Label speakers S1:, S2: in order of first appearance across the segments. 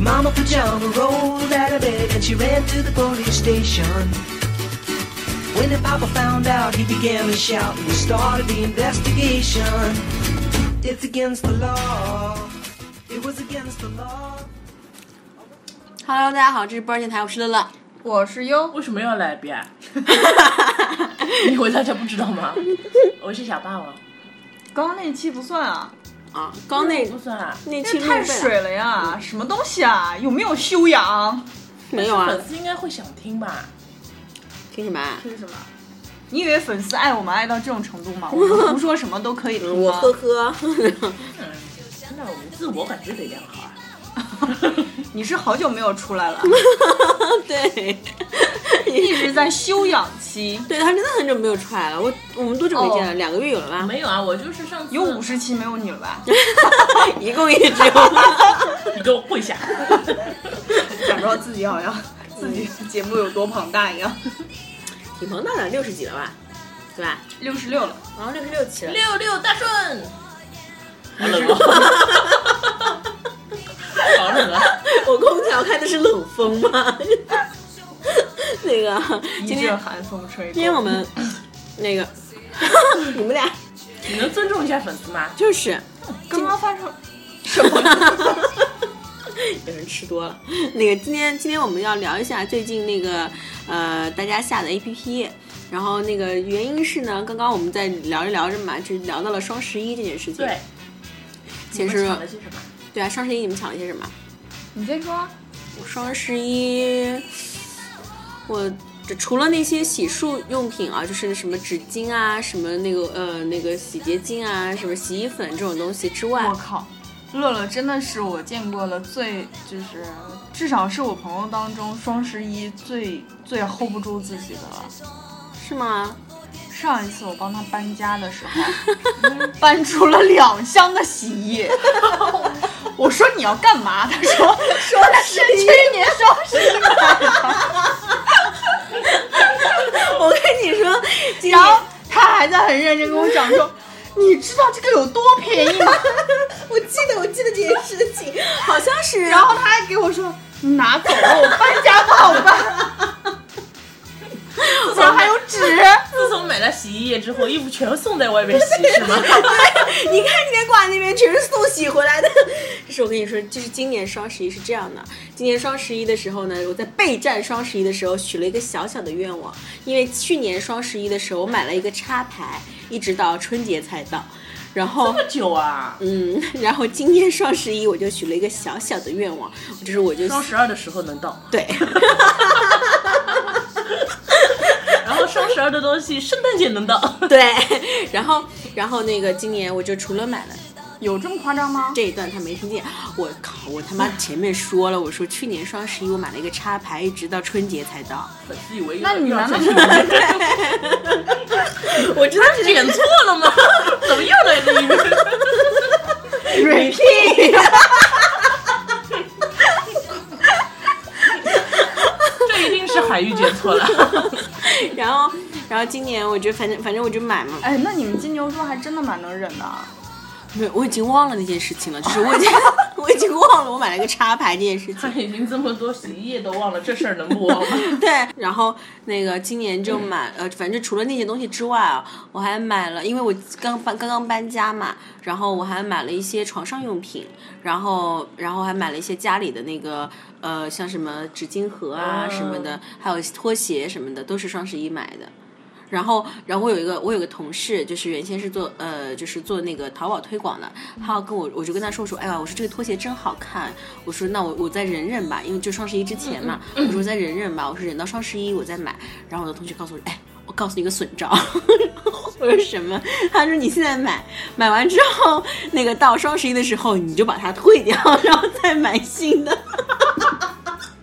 S1: Mama Pajama rolled out of bed and she ran to the police station. When the Papa found out, he began to shout. We started the investigation. It's against the law. It was against the law.
S2: Hello，大家好，这是波尔电台，我是乐 乐。
S3: 我是优，
S4: 为什么要来一遍？你回大家不知道 吗？我是小霸王
S3: 刚刚那期不算啊，
S2: 啊，刚那
S4: 不算啊，
S2: 那期
S3: 这
S2: 录
S3: 太
S2: 被了
S3: 水了嗯呀！什么东西啊？有没有修养？
S2: 没有啊？
S4: 粉丝应该会想听吧？
S2: 听什么啊？
S3: 这是什么？你以为粉丝爱我们爱到这种程度吗？我们胡说什么都可 以听啊
S2: 我
S3: 吗？
S2: 呵呵，
S4: 嗯，真的，我们自我感觉得良好啊。
S3: 你是好久没有出 来了，
S2: 对，
S3: 一直在休养期，
S2: 对他真的很久没有出来了。我我们多久没见了？
S3: 哦
S2: 两个月有了 吧？
S4: 没有啊，我就是上次
S3: 有五十期没有你了 吧？
S2: 一共也只 有
S4: 你给我跪 下。
S3: 假装自己好像自己节目有多庞大一样。
S2: 挺庞大的，六十几了吧？对吧？
S3: 六十六了，
S2: 然后哦六十六期了。
S4: 六六大顺，好冷哦，好冷啊！
S2: 我空调开的是冷风 吗？那个，
S3: 一
S2: 今
S3: 阵
S2: 天
S3: 寒风吹过。
S2: 今天我们那个， 你们俩
S4: 你能尊重一下粉丝吗？
S2: 就是
S3: 刚刚发生什么？
S2: 有人吃多了。那个，今天今天我们要聊一下最近那个呃，大家下的 APP。然后那个原因是呢，刚刚我们在聊着聊着嘛，就聊到了双十一这件事情。
S4: 对，，
S2: 其
S4: 你
S2: 实
S4: 们抢了些什么？
S2: 对啊，双十一你们抢了些什么？
S3: 你先说啊。
S2: 双十一，我这除了那些洗漱用品啊，就是什么纸巾啊，什么那个呃那个洗洁精啊，什么洗衣粉这种东西之外
S3: 我，靠，乐乐真的是我见过的最，就是至少是我朋友当中双十一最最 hold 不住自己的了。
S2: 是吗？
S3: 上一次我帮他搬家的时候，搬出了两箱的洗衣液。我说你要干嘛？他说说的是去年双十一买的，
S2: 我跟你说，今
S3: 然后
S2: 年
S3: 他还在很认真跟我讲说，你知道这个有多便宜吗？
S2: 我记得我记得这件事情，好像是，
S3: 然后他还给我说你拿走吧，我搬家不好搬。然后还有纸，
S4: 自从买了洗衣液之后，衣服全送在外面洗，是吗？
S2: 你看你面挂那边全是送洗回来的。 就是我跟你说，就是今年双十一是这样的。今年双十一的时候呢，我在备战双十一的时候许了一个小小的愿望，因为去年双十一的时候我买了一个插排，一直到春节才到。然后
S4: 这么久啊！
S2: 嗯，然后今天双十一我就许了一个小小的愿望，就是我就
S4: 双十二的时候能到，
S2: 对
S4: 然后双十二的东西圣诞节能 到。
S2: 对，然后然后那个今年我就除了买了。
S3: 有这么夸张吗？
S2: 这一段他没听见，我靠！我他妈前面说了，我说去年双十一我买了一个插排，一直到春节才到。
S4: 粉丝以为
S3: 那你难道
S4: 是
S2: 我真的是
S4: 点错了吗？ 怎么又来了一个？
S2: repeat，
S4: 这一定是海玉卷错了。
S2: 然后然后今年我觉得反正反正我就买嘛，
S3: 哎，那你们金牛座还真的蛮能忍的啊。
S2: 没有我已经忘了那件事情了，就是我已经 我已经忘了我买了个插排这件事
S4: 他
S2: 情。
S4: 已经这么多洗衣液都忘了，这事儿能不忘吗？
S2: 对，然后那个今年就买、呃，反正除了那些东西之外啊，我还买了，因为我刚搬刚刚搬家嘛，然后我还买了一些床上用品，然后然后还买了一些家里的那个呃，像什么纸巾盒啊
S4: 嗯
S2: 什么的，还有拖鞋什么的，都是双十一买的。然后，然后我有一个我有个同事，就是原先是做呃，就是做那个淘宝推广的，他要跟我，我就跟他说，我说，哎呀，我说这个拖鞋真好看，我说那我我再忍忍吧，因为就双十一之前嘛，我说我再忍忍吧，我说忍到双十一我再买。然后我的同学告诉我，哎，我告诉你一个损招， 我说什么？他说你现在买，买完之后，那个到双十一的时候你就把它退掉，然后再买新的。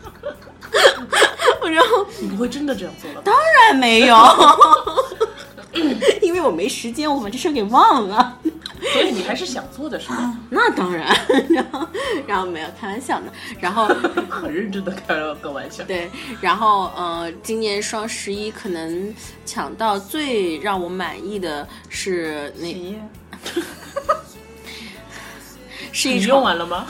S2: 我然后
S4: 你不会真的这样做了吧？
S2: 当然没有， 因为我没时间，我把这事儿给忘了。
S4: 所以你还是想做的是吗？
S2: 那当然，然后然后没有开玩笑呢，然后
S4: 很认真的开了个玩笑。
S2: 对，然后呃，今年双十一可能抢到最让我满意的是那
S3: 咦，
S2: 是一
S4: 你用
S2: 床
S4: 完了吗？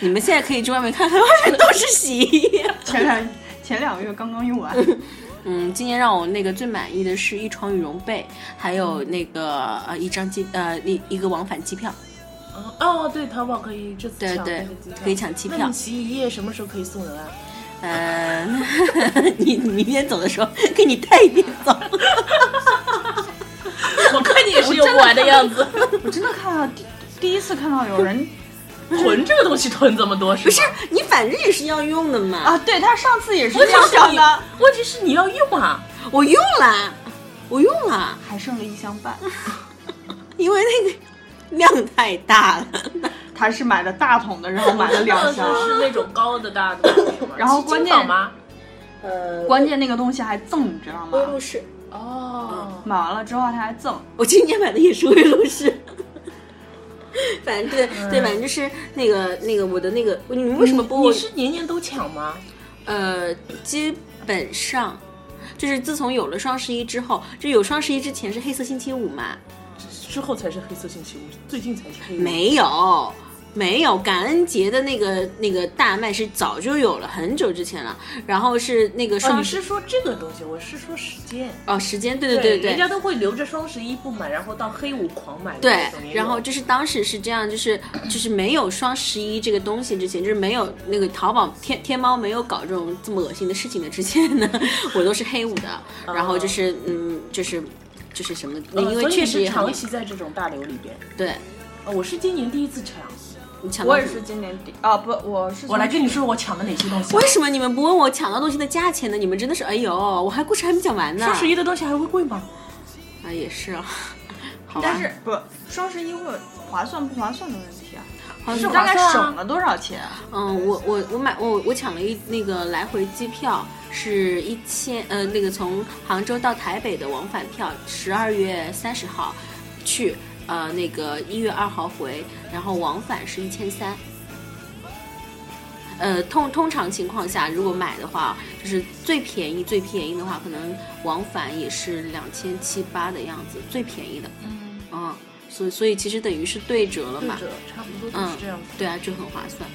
S2: 你们现在可以去外面看看，外面都是洗衣液。
S3: 前两前两个月刚刚用 完，
S2: 嗯，今年让我那个最满意的是一床羽绒被，还有那个呃一张机呃一一个往返机票。
S4: 哦哦，对，淘宝可以这次
S2: 对
S4: 抢
S2: 对
S4: 那个机票
S2: 可以抢机
S4: 那
S2: 票
S4: 你洗衣液什么时候可以送人啊？
S2: 呃， 你你明天走的时候给你带一遍走。
S4: 我看你也是有玩的样子，
S3: 我真的看到第第一次看到有 人
S4: 囤这个东西囤这么多是
S2: 不
S4: 不
S2: 是你反正也是要用的嘛。
S3: 啊，对他上次也是
S4: 问题
S3: 这样
S4: 是
S3: 想
S4: 你
S3: 的，，
S4: 问题是你要用啊。
S2: 我用了，我用了，
S3: 还剩了一箱 半，
S2: 因为那个量太大了。
S3: 他是买的大桶的，然后买了 两箱
S4: 就。是那种高的大的，
S3: 然后关键
S4: 是金宝吗？
S2: 呃，
S3: 关键那个东西还赠，你知道吗？
S2: 士，
S4: 哦，
S3: 买完了之后他还赠，
S2: 我今年买的也是威露士。 反正对对，反正就是那个那个我的那个，你们为什么播
S4: 嗯你
S2: 我？
S4: 是年年都抢吗？
S2: 呃，基本上就是自从有了双十一之后，就有双十一之前是黑色星期五嘛，
S4: 之后才是黑色星期五，最近才是黑五。
S2: 没有，没有，感恩节的那个那个大卖是早就有了，很久之前了。然后是那个
S4: 哦，
S2: 双
S4: 你
S2: 十
S4: 是说这个东西？我是说时间。
S2: 哦，时间，啊对对对
S4: 人家都会留着双十一不买，然后到黑五狂买的
S2: 对
S4: 那种。也，有
S2: 然后就是当时是这样，就是就是没有双十一这个东西之前，就是没有那个淘宝天天猫没有搞这种这么恶心的事情的之前呢， 我都是黑五的，然后就是嗯就是就是什么，
S4: 呃
S2: 因为
S4: 所以
S2: 确
S4: 你
S2: 实
S4: 是
S2: 也很
S4: 长期在这种大流里边。
S2: 对，
S4: 哦我是今年第一次抢，
S2: 你抢到
S3: 我也
S2: 什
S3: 是
S2: 么。
S3: 今年第啊不，我是
S4: 我来跟你说我抢了哪些东西。
S2: 为什么你们不问我抢到东西的价钱呢？你们真的是，哎呦，我还故事还没讲完呢。
S4: 双十一的东西还会贵吗？
S2: 啊，也是啊，好
S3: 从，
S2: 吧
S3: 但是不双十一会有划算不划算的问题啊，
S2: 好
S3: 你
S2: 像
S3: 大概
S4: 划算啊
S3: 省了多少钱啊？
S2: 嗯，我我我买我我抢了一那个来回机票是一千呃那个从杭州到台北的往返票，十二月三十号去，呃那个一月二号回，然后往返是一千三。呃，通通常情况下，如果买的话，就是最便宜最便宜的话，可能往返也是两千七八的样子，最便宜的。
S4: 嗯，
S2: 嗯，所以所以其实等于是对折了
S4: 对
S2: 嘛。
S4: 着差不多就是这样。
S2: 对啊，就很划算。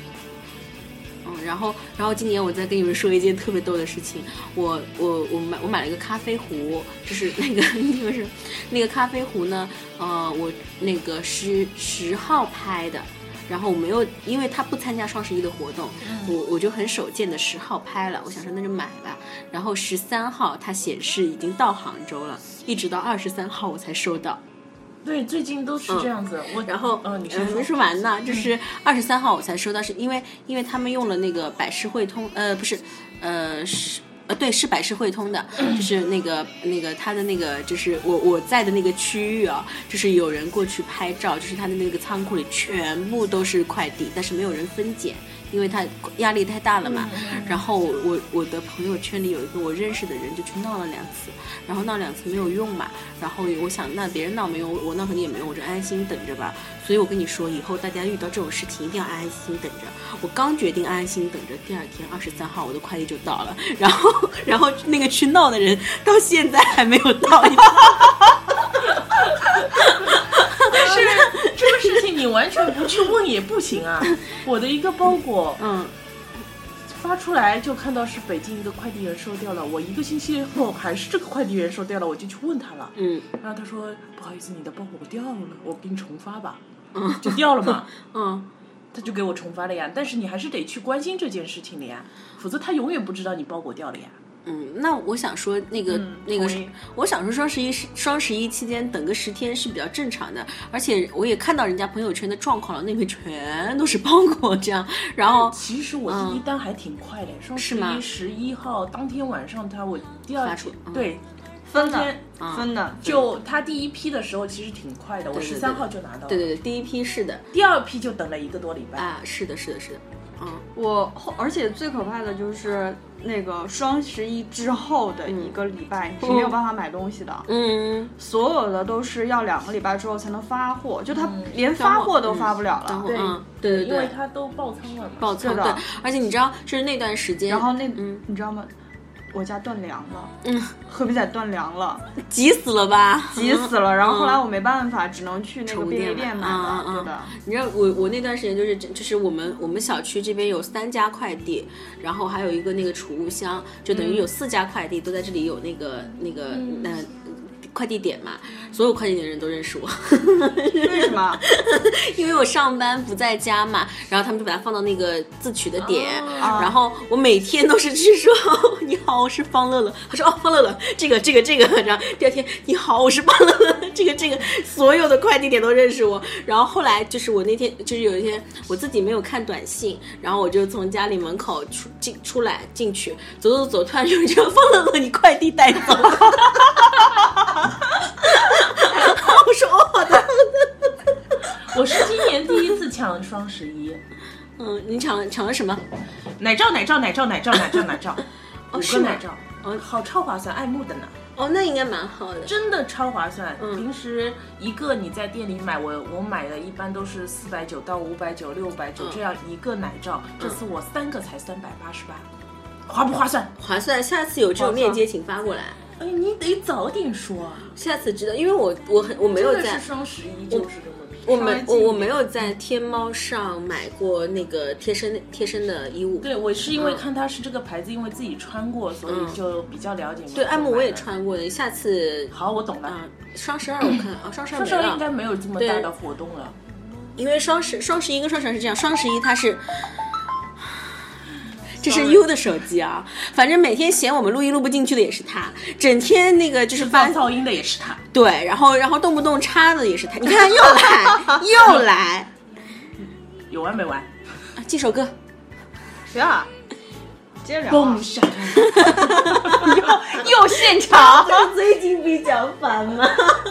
S2: 嗯，然后，然后今年我再跟你们说一件特别逗的事情，我我我买我买了一个咖啡壶，就是那个 就是那个咖啡壶呢，呃，我那个十十号拍的，然后我没有，因为他不参加双十一的活动，我我就很手贱的十号拍了，我想说那就买吧，然后十三号它显示已经到杭州了，一直到二十三号我才收到，
S4: 对，最近都是这样子。我
S2: 嗯然后，
S4: 嗯，你
S2: 呃
S4: 先
S2: 没
S4: 说
S2: 说。完呢，就是二十三号我才收到，是因为因为他们用了那个百世汇通，呃，不是，呃是。呃，对，是百世汇通的，
S4: 嗯
S2: 就是那个那个他的那个，就是我我在的那个区域啊，就是有人过去拍照，就是他的那个仓库里全部都是快递，但是没有人分拣，因为他压力太大了嘛。
S4: 嗯
S2: 然后我我的朋友圈里有一个我认识的人就去闹了两次，然后闹两次没有用嘛，然后我想那别人闹没用，我闹肯定也没用，我就安心等着吧。所以我跟你说，以后大家遇到这种事情一定要安安心等着。我刚决定安安心等着，第二天二十三号我的快递就到了， 然后然后那个去闹的人到现在还没有到，你知道吗
S4: 但是这个事情你完全不去问也不 行啊。我的一个包裹
S2: 嗯，
S4: 发出来就看到是北京一个快递员收掉了，我一个星期后还是这个快递员收掉了，我就去问他了。
S2: 嗯
S4: 然后他说不好意思，你的包裹掉了，我给你重发 吧。就掉了嘛，
S2: 嗯，
S4: 他就给我重发了呀。但是你还是得去关心这件事情的呀，否则他永远不知道你包裹掉了呀。
S2: 嗯，那我想说那个、那个
S3: 嗯同意，
S2: 我想说双十一是双十一期间等个十天是比较正常的，而且我也看到人家朋友圈的状况了，那边全都是包裹这样，然 后
S4: 其实我第一单还挺快的，
S2: 嗯
S4: 双
S2: 是
S4: 十
S2: 吗
S4: 一十一号当天晚上他我第二
S2: 发
S4: 天
S2: 出嗯
S4: 对
S3: 分
S4: 当
S3: 的嗯
S4: 天
S3: 分的，
S4: 就他第一批的时候其实挺快的，我
S2: 对对
S4: 十三号就拿到了，
S2: 对对对，第一批是的
S4: 第二批就等了一个多礼拜。
S2: 啊，是的是的是的，嗯。
S3: 我后，而且最可怕的就是那个双十一之后的一个礼拜，你是没有办法买东西的，
S2: 嗯，
S3: 所有的都是要两个礼拜之后才能发货，就他连发嗯货都发不了了。
S2: 对嗯，对对
S4: 因为
S2: 对，
S4: 他都爆仓了嘛。
S2: 爆仓
S3: 是的
S2: 对，而且你知道，就是那段时间，
S3: 然后那、
S2: 嗯
S3: 你知道吗？我家断粮了，
S2: 嗯，
S3: 河北仔断粮了，
S2: 急死了吧？
S3: 急死了。然后后来
S2: 嗯
S3: 我没办法，只能去那个
S2: 宠物
S3: 便利
S2: 店
S3: 店
S2: 买
S3: 买
S2: 嗯嗯
S3: 的，
S2: 嗯
S3: 对的。
S2: 你知道我我那段时间就是就是我们我们小区这边有三家快递，然后还有一个那个储物箱，就等于有四家快递都在这里有那个那个
S3: 嗯
S2: 那、呃快递点嘛，所有快递点的人都认识我，
S3: 为什么？
S2: 因为我上班不在家嘛，然后他们就把它放到那个自取的点，
S3: 啊
S2: 然后我每天都是去说哦你好，我是方乐乐，他说哦方乐乐，这个这个这个，然后第二天你好，我是方乐乐， 这个这个，所有的快递点都认识我。然后后来就是我那天就是有一天我自己没有看短信，然后我就从家里门口出进出来进去走走走，突然有人叫方乐乐，你快递带走。 我说哦好的，
S4: 我是今年第一次抢双十一，
S2: 嗯，你抢了抢了什么？
S4: 奶罩奶罩奶罩奶罩奶 罩奶罩，五
S2: 是
S4: 个
S2: 吗
S4: 奶罩，
S2: 哦
S4: 好超划算，爱慕的呢。
S2: 哦，那应该蛮好的。
S4: 真的超划算。
S2: 嗯
S4: 平时一个你在店里买，我我买的一般都是四百九到五百九、六百九
S2: 嗯
S4: 这样一个奶罩，这次我三个才三百八十八，划不划算？
S2: 划算，下次有这种链接请发过来。
S4: 哎，你得早点说啊！
S2: 下次知道，因为我我很我没有
S4: 真的
S2: 在
S4: 是，双十一就是这么
S2: 我
S4: 便宜。
S2: 没
S3: 稍微
S2: 我
S3: 近一
S2: 我
S3: 点
S2: 没有在天猫上买过那个贴身贴身的衣物。
S4: 对，我是因为
S2: 嗯
S4: 看它是这个牌子，因为自己穿过，所以
S2: 嗯
S4: 就比较了解。
S2: 对，按摩我也。穿过的，下次
S4: 好，我懂了。
S2: 啊，双十二 我看啊，双十二
S4: 双
S2: 没
S4: 十二应
S2: 了，
S4: 该没有这么
S2: 对
S4: 大的活动了。
S2: 因为双十双十一跟双十二是这样，双十一它是。 这是 U 的手机啊，反正每天嫌我们录音录不进去的也是他，整天那个 就是发
S4: 放噪音的也是它。
S2: 对，然后然后动不动插的也是他，你看又来又来
S4: 有完没完？
S2: 啊，这首歌
S3: 谁啊？接着聊 啊
S4: 嘣一下，
S3: 又现场，
S2: 最近比较烦嘛。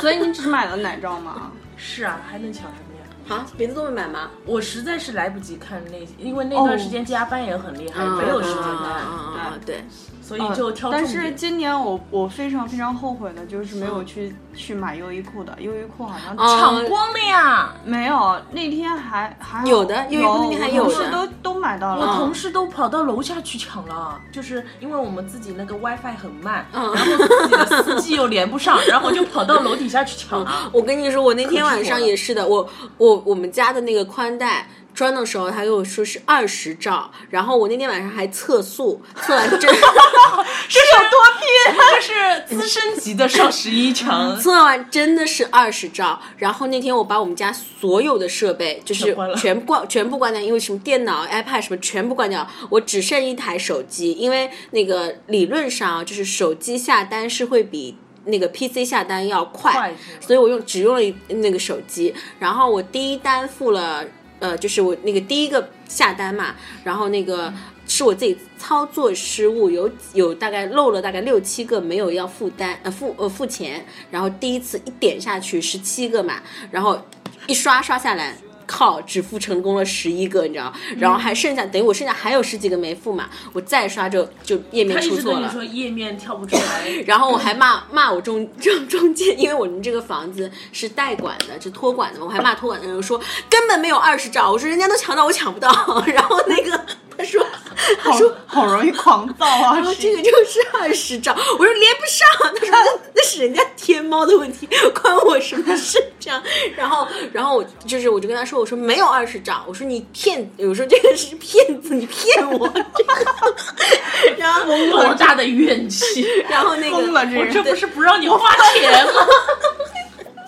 S3: 所以你只买了奶罩吗？
S4: 是啊，还能抢什么呀？
S2: 好，别的都没买吗？
S4: 我实在是来不及看那，因为那段时间加班也很厉害，
S2: 嗯
S4: 没有时间看，
S2: 啊，对，
S4: 所以就挑重
S3: 呃但是
S4: 点。嗯
S3: 今年我我非常非常后悔的就是没有去、去买优衣库的，优衣库好像、
S2: 哦
S4: 抢光了呀！
S3: 没有，那天还还好
S2: 有的优衣库那天还有
S3: 我
S2: 的
S3: 同事都都买到
S4: 我
S3: 了。
S4: 同事都跑到楼下去抢了，就是因为我们自己那个 WiFi 很慢，
S2: 嗯
S4: 然后自己的司机又连不上，然后就跑到楼底下去抢了。
S2: 啊我跟你说，我那天晚上也是的，我我我们家的那个宽带。装的时候，他跟我说是二十兆，然后我那天晚上还测速，测完真
S4: 这有多拼？这是资深级的双十一抢。
S2: 测完真的是二十兆。然后那天我把我们家所有的设备就是
S4: 全关了
S2: 全关全部关掉，因为什么电脑、iPad 什么全部关掉，我只剩一台手机，因为那个理论上啊就是手机下单是会比。那个 PC 下单要快，
S4: 快是吗
S2: 所以我用只用了一那个手机，然后我第一单付了，呃，就是我那个第一个下单嘛，然后那个是我自己操作失误，有有大概漏了大概六七个没有要付单呃付呃付钱，然后第一次一点下去十七个嘛，然后一刷刷下来。靠，只付成功了十一个，你知道，然后还剩下、等于我剩下还有十几个没付嘛，我再刷就就页面
S4: 他一
S2: 出
S4: 直
S2: 错
S4: 跟
S2: 了
S4: 你。说页面跳不 出来，
S2: 然后我还骂骂我中中中介，因为我们这个房子是代管的，就托管的嘛，我还骂托管的人说根本没有二十兆，我说人家都抢到，我抢不到。 然后那个他说他
S3: 好
S2: 说
S3: 好容易狂躁啊！
S2: 他说
S3: 是
S2: 这个就是二十兆，我说连不上，他说那那是人家天猫的问题，关我什么事？ 这样，然后然后我就是我就跟他说，我说没有二十兆，我说你骗，我说这个是骗子，你骗我。 然后
S4: 多大的 怨气！
S2: 然后那个
S3: 疯了这
S4: 我
S3: 人
S4: 这不是不让你花 钱吗？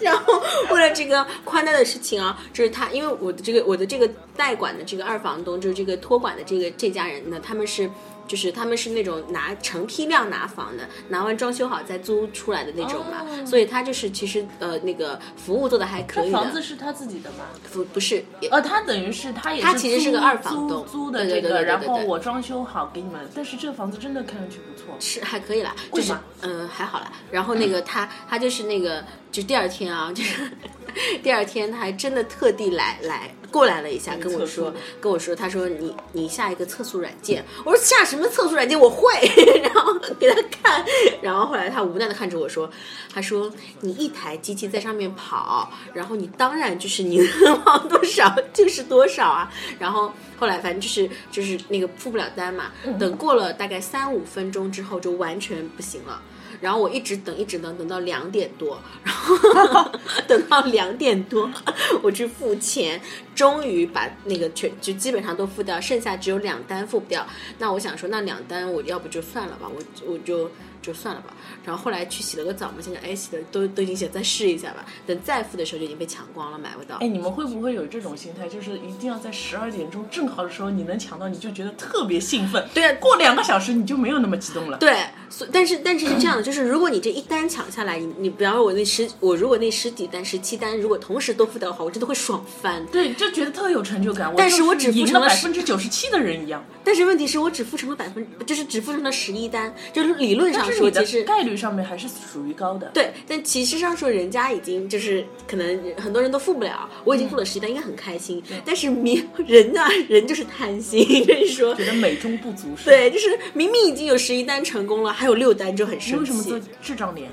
S2: 然后为了这个宽带的事情啊，就是他，因为我的这个我的这个代管的这个二房东，就是这个托管的这个这家人呢，他们是。就是他们是那种拿成批量拿房的，拿完装修好再租出来的那种嘛，
S4: 哦
S2: 所以他就是其实呃那个服务做的还可以
S4: 这
S2: 的，
S4: 房子是他自己的吗？
S2: 不不是也
S4: 呃，他等于是他也
S2: 他其实是个
S4: 租
S2: 二房东
S4: 租租的
S2: 对对
S4: 这
S2: 对对
S4: 个，
S2: 对
S4: 然后
S2: 对
S4: 我装修好给你们。但是这个房子真的看上去不错，
S2: 是还可以啦，就
S4: 贵
S2: 是
S4: 吗
S2: 嗯、呃还好啦。然后那个他他就是那个，就第二天啊，就是 第二天他还真的特地来来过来了一下，
S4: 你
S2: 跟我
S4: 测速
S2: 说
S4: 吗，
S2: 跟我说，他说你你下一个测速软件，我说下什么测速软件我会， 然后给他看，然后后来他无奈的看着我说，他说你一台机器在上面跑，然后你当然就是你能跑多少就是多少啊，然后后来反正就是就是那个付不了单嘛，
S4: 嗯
S2: 等过了大概三五分钟之后就完全不行了。然后我一直等，一直等，等到两点多， 然后等到两点多， 我去付钱，终于把那个全就基本上都付掉，剩下只有两单付不掉。那我想说，那两单我要不就算了吧，我我就就算了吧。然后后来去洗了个澡嘛，想想哎，洗的都都已经洗了，再试一下吧。等再付的时候就已经被抢光了，买不到
S4: 哎，。你们会不会有这种心态，就是一定要在十二点钟正好的时候你能抢到，你就觉得特别兴奋。
S2: 对啊
S4: 过两个小时你就没有那么激动了。
S2: 对，所但是但是是这样的，就是如果你这一单抢下来，你你比方说我那十，我如果那十几单、十七单如果同时都付掉的话，我真的会爽翻。
S4: 对，就觉得特有成就感。
S2: 但是
S4: 就
S2: 我
S4: 是
S2: 只服
S4: 赢
S2: 从
S4: 了
S2: 了
S4: 百
S2: 十
S4: 分之九十七的人一样。
S2: 但是问题是我只付成了百分，就是只付成了十一单，就是理论上
S4: 但是
S2: 说
S4: 你
S2: 其
S4: 的
S2: 实。
S4: 概率上面还是属于高的。
S2: 对，但其实上说，人家已经就是可能很多人都付不了，我已经付了十一单，应该很开
S4: 嗯
S2: 心。但是明人呢、人就是贪心，就是说，
S4: 觉得美中不足是吧。
S2: 对，就是明明已经有十一单成功了，还有六单就很
S4: 你
S2: 生
S4: 为什么
S2: 气
S4: 做。智障脸？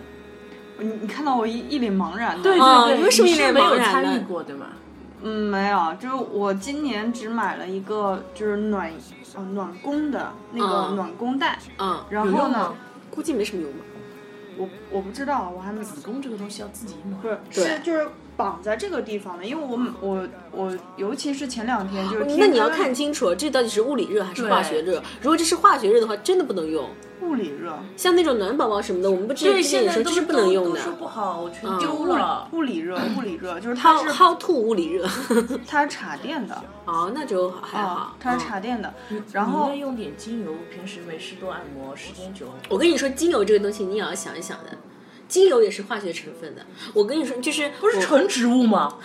S3: 你你看到我一一脸茫然的。
S4: 对
S2: 哦
S4: 对对，
S2: 你为什么
S4: 你
S2: 一
S4: 是
S2: 脸
S4: 没
S2: 茫
S4: 啊有
S2: 然
S4: 参与
S2: 呢
S4: 过对吗？
S3: 嗯，没有，就是我今年只买了一个就是暖呃暖宫的那个
S2: 嗯
S3: 暖宫带，
S2: 嗯，
S3: 然
S4: 有
S3: 后
S4: 用
S3: 呢
S4: 吗，
S2: 估计没什么用吧。
S3: 我我不知道，我还没
S4: 子宫这个东西要自己暖。
S3: 不是
S2: 对
S3: 是就是绑在这个地方的，因为我我我尤其是前两天就是
S2: 哦那
S3: 听
S2: 你要
S3: 他们
S2: 看清楚，这到底是物理热还是
S4: 对
S2: 化学热？如果这是化学热的话，真的不能用。
S3: 物理热，
S2: 像那种暖宝宝什么的，我们不之前之前
S4: 现
S2: 也
S4: 在
S2: 说
S4: 都
S2: 这是不能用
S4: 都
S2: 的。
S4: 说不好，我全
S2: 嗯
S4: 丢
S3: 物理
S4: 了。
S3: 物理 热物理热就是它
S2: how
S3: 是
S2: how to 物理热？
S3: 它是插电的
S2: 哦，那就还
S3: 啊
S2: 好，。
S3: 它
S2: 嗯
S3: 是插电的，然
S4: 然后
S3: 后
S4: 应该用点精油，平时没事多按摩，时间久。
S2: 我跟你说，精油这个东西你也要想一想的，精油也是化学成分的。我跟你说，就是不
S4: 不是纯植物 吗？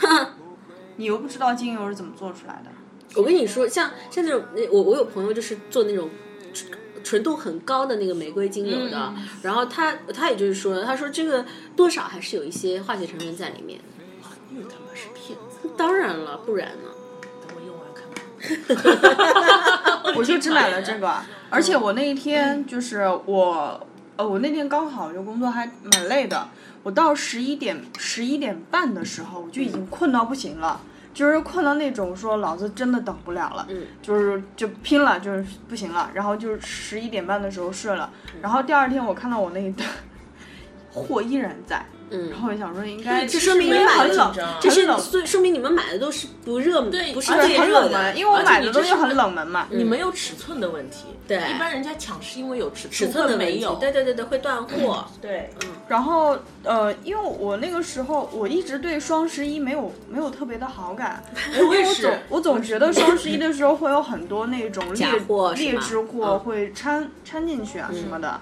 S3: 你又不知道精油是怎么做出来的，
S2: 我跟你说，像像那种我我有朋友就是做那种纯纯度很高的那个玫瑰精油的，
S3: 嗯
S2: 然后他他也就是说，他说这个多少还是有一些化学成分在里面。
S4: 又他妈是骗子！
S2: 当然了，不然呢？
S4: 等我用完看看。
S3: 我就只买了这个，而且我那一天就是我，呃，我那天刚好就工作还蛮累的，我到十一点十一点半的时候，我就已经困到不行了，就是困到那种说老子真的等不了了，就是就拼了，就是不行了，然后就是十一点半的时候睡了，然后第二天我看到我那一单货依然在，
S2: 嗯
S3: 然后我想说应该
S2: 这说明
S3: 因为
S2: 你买
S3: 很
S2: 了
S3: 冷
S4: 紧张，
S2: 这是
S3: 很冷，
S2: 所以说明你们买的都是不热，不是
S4: 而且
S2: 最
S3: 很
S2: 热
S3: 冷
S2: 的
S3: 门，，因为我
S4: 而且
S3: 买
S4: 你
S3: 的
S4: 这
S3: 东西
S4: 是
S3: 很冷门嘛，
S4: 你没有尺寸的问题，
S2: 对
S4: 一般人家抢是因为有尺
S2: 尺
S4: 寸，
S2: 寸的
S4: 没
S2: 问题
S4: 有。嗯
S2: 对对对对，会断 货。
S4: 对，
S3: 然后呃，因为我那个时候我一直对双十一没有没有特别的好 感，因
S4: 我
S3: 为
S4: 也
S3: 我
S4: 是
S3: 总。我总觉得双十一的时候会有很多那种劣
S2: 假货是
S3: 劣
S2: 吗
S3: 质货
S2: 嗯
S3: 会掺掺进去啊什么的。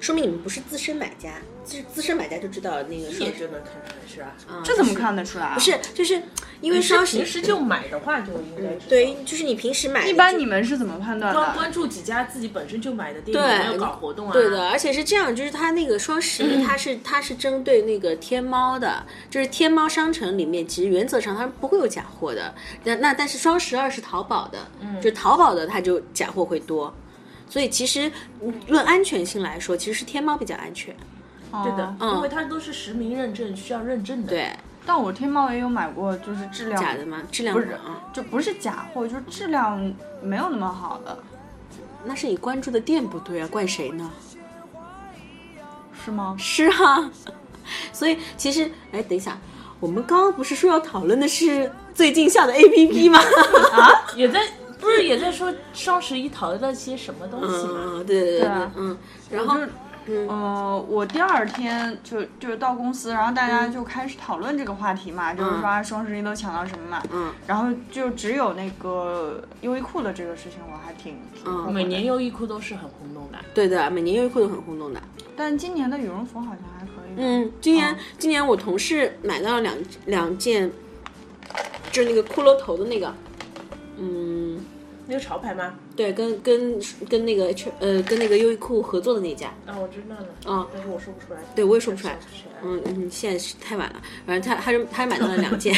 S2: 说明你们不是资深买家，就是资深买家就知道那个
S4: 你
S2: 双
S4: 也
S2: 十
S4: 就能看出来是吧？
S2: 啊，
S3: 这怎么看得出来啊？
S2: 不是，就是因为双十
S4: 平嗯时嗯就买的话就应该知道
S2: 对，就是你平时买的
S3: 一般
S2: 就
S3: 你们是怎么判断
S4: 关
S3: 的？
S4: 关注几家自己本身就买的店，
S2: 对
S4: 有没有搞活动啊？
S2: 对的，。而且是这样，就是它那个双十
S3: 嗯
S2: 一，它是它是针对那个天猫的，就是天猫商城里面，其实原则上它不会有假货的。那那但是双十二是淘宝的，
S3: 嗯
S2: 就淘宝的它就假货会多，所以其实嗯论安全性来说，其实是天猫比较安全。
S3: 对
S4: 对
S3: 哦
S4: 的，因为它都是实名认证，需要认证的。，
S2: 嗯对，
S3: 但我天猫也有买过，就是质量
S2: 假的吗？质量
S3: 不是
S2: 啊，
S3: 就不是假货，就是质量没有那么好的，
S2: 那是你关注的店不对啊，怪谁呢？
S3: 是吗？
S2: 是啊， 所以其实，哎，等一下，我们刚刚不是说要讨论的是最近下的 APP 吗？
S4: 啊也在不是也在说双十一淘到些什么东西吗？
S2: 嗯，对对对
S3: 对啊
S2: 嗯，然
S3: 就
S2: 后
S3: 是，
S2: 嗯
S3: 呃，我第二天就就是到公司，然后
S2: 嗯
S3: 大家就开始讨论这个话题嘛，就是说啊双十一都抢到什么嘛，
S2: 嗯，
S3: 然后就只有那个优衣库的这个事情，我还挺挺
S2: 嗯
S3: 后悔的
S4: 每年，优衣库都是很轰动的。
S2: 对的，每年优衣库都很轰动的。
S3: 但今年的羽绒服好像还可以，，
S2: 嗯，今年、
S3: 哦
S2: 今年我同事买到了两两件，就是那个骷髅头的那个，嗯，
S4: 那个潮牌吗？
S2: 对，跟跟跟那个 H- 呃跟那个优衣库合作的那家，
S4: 啊，我知道了，
S2: 嗯
S4: 但是我说不出来。
S2: 对我也说不出来
S4: 想起来
S2: 嗯嗯，现在是太晚了，反正他他是他是买到了两件，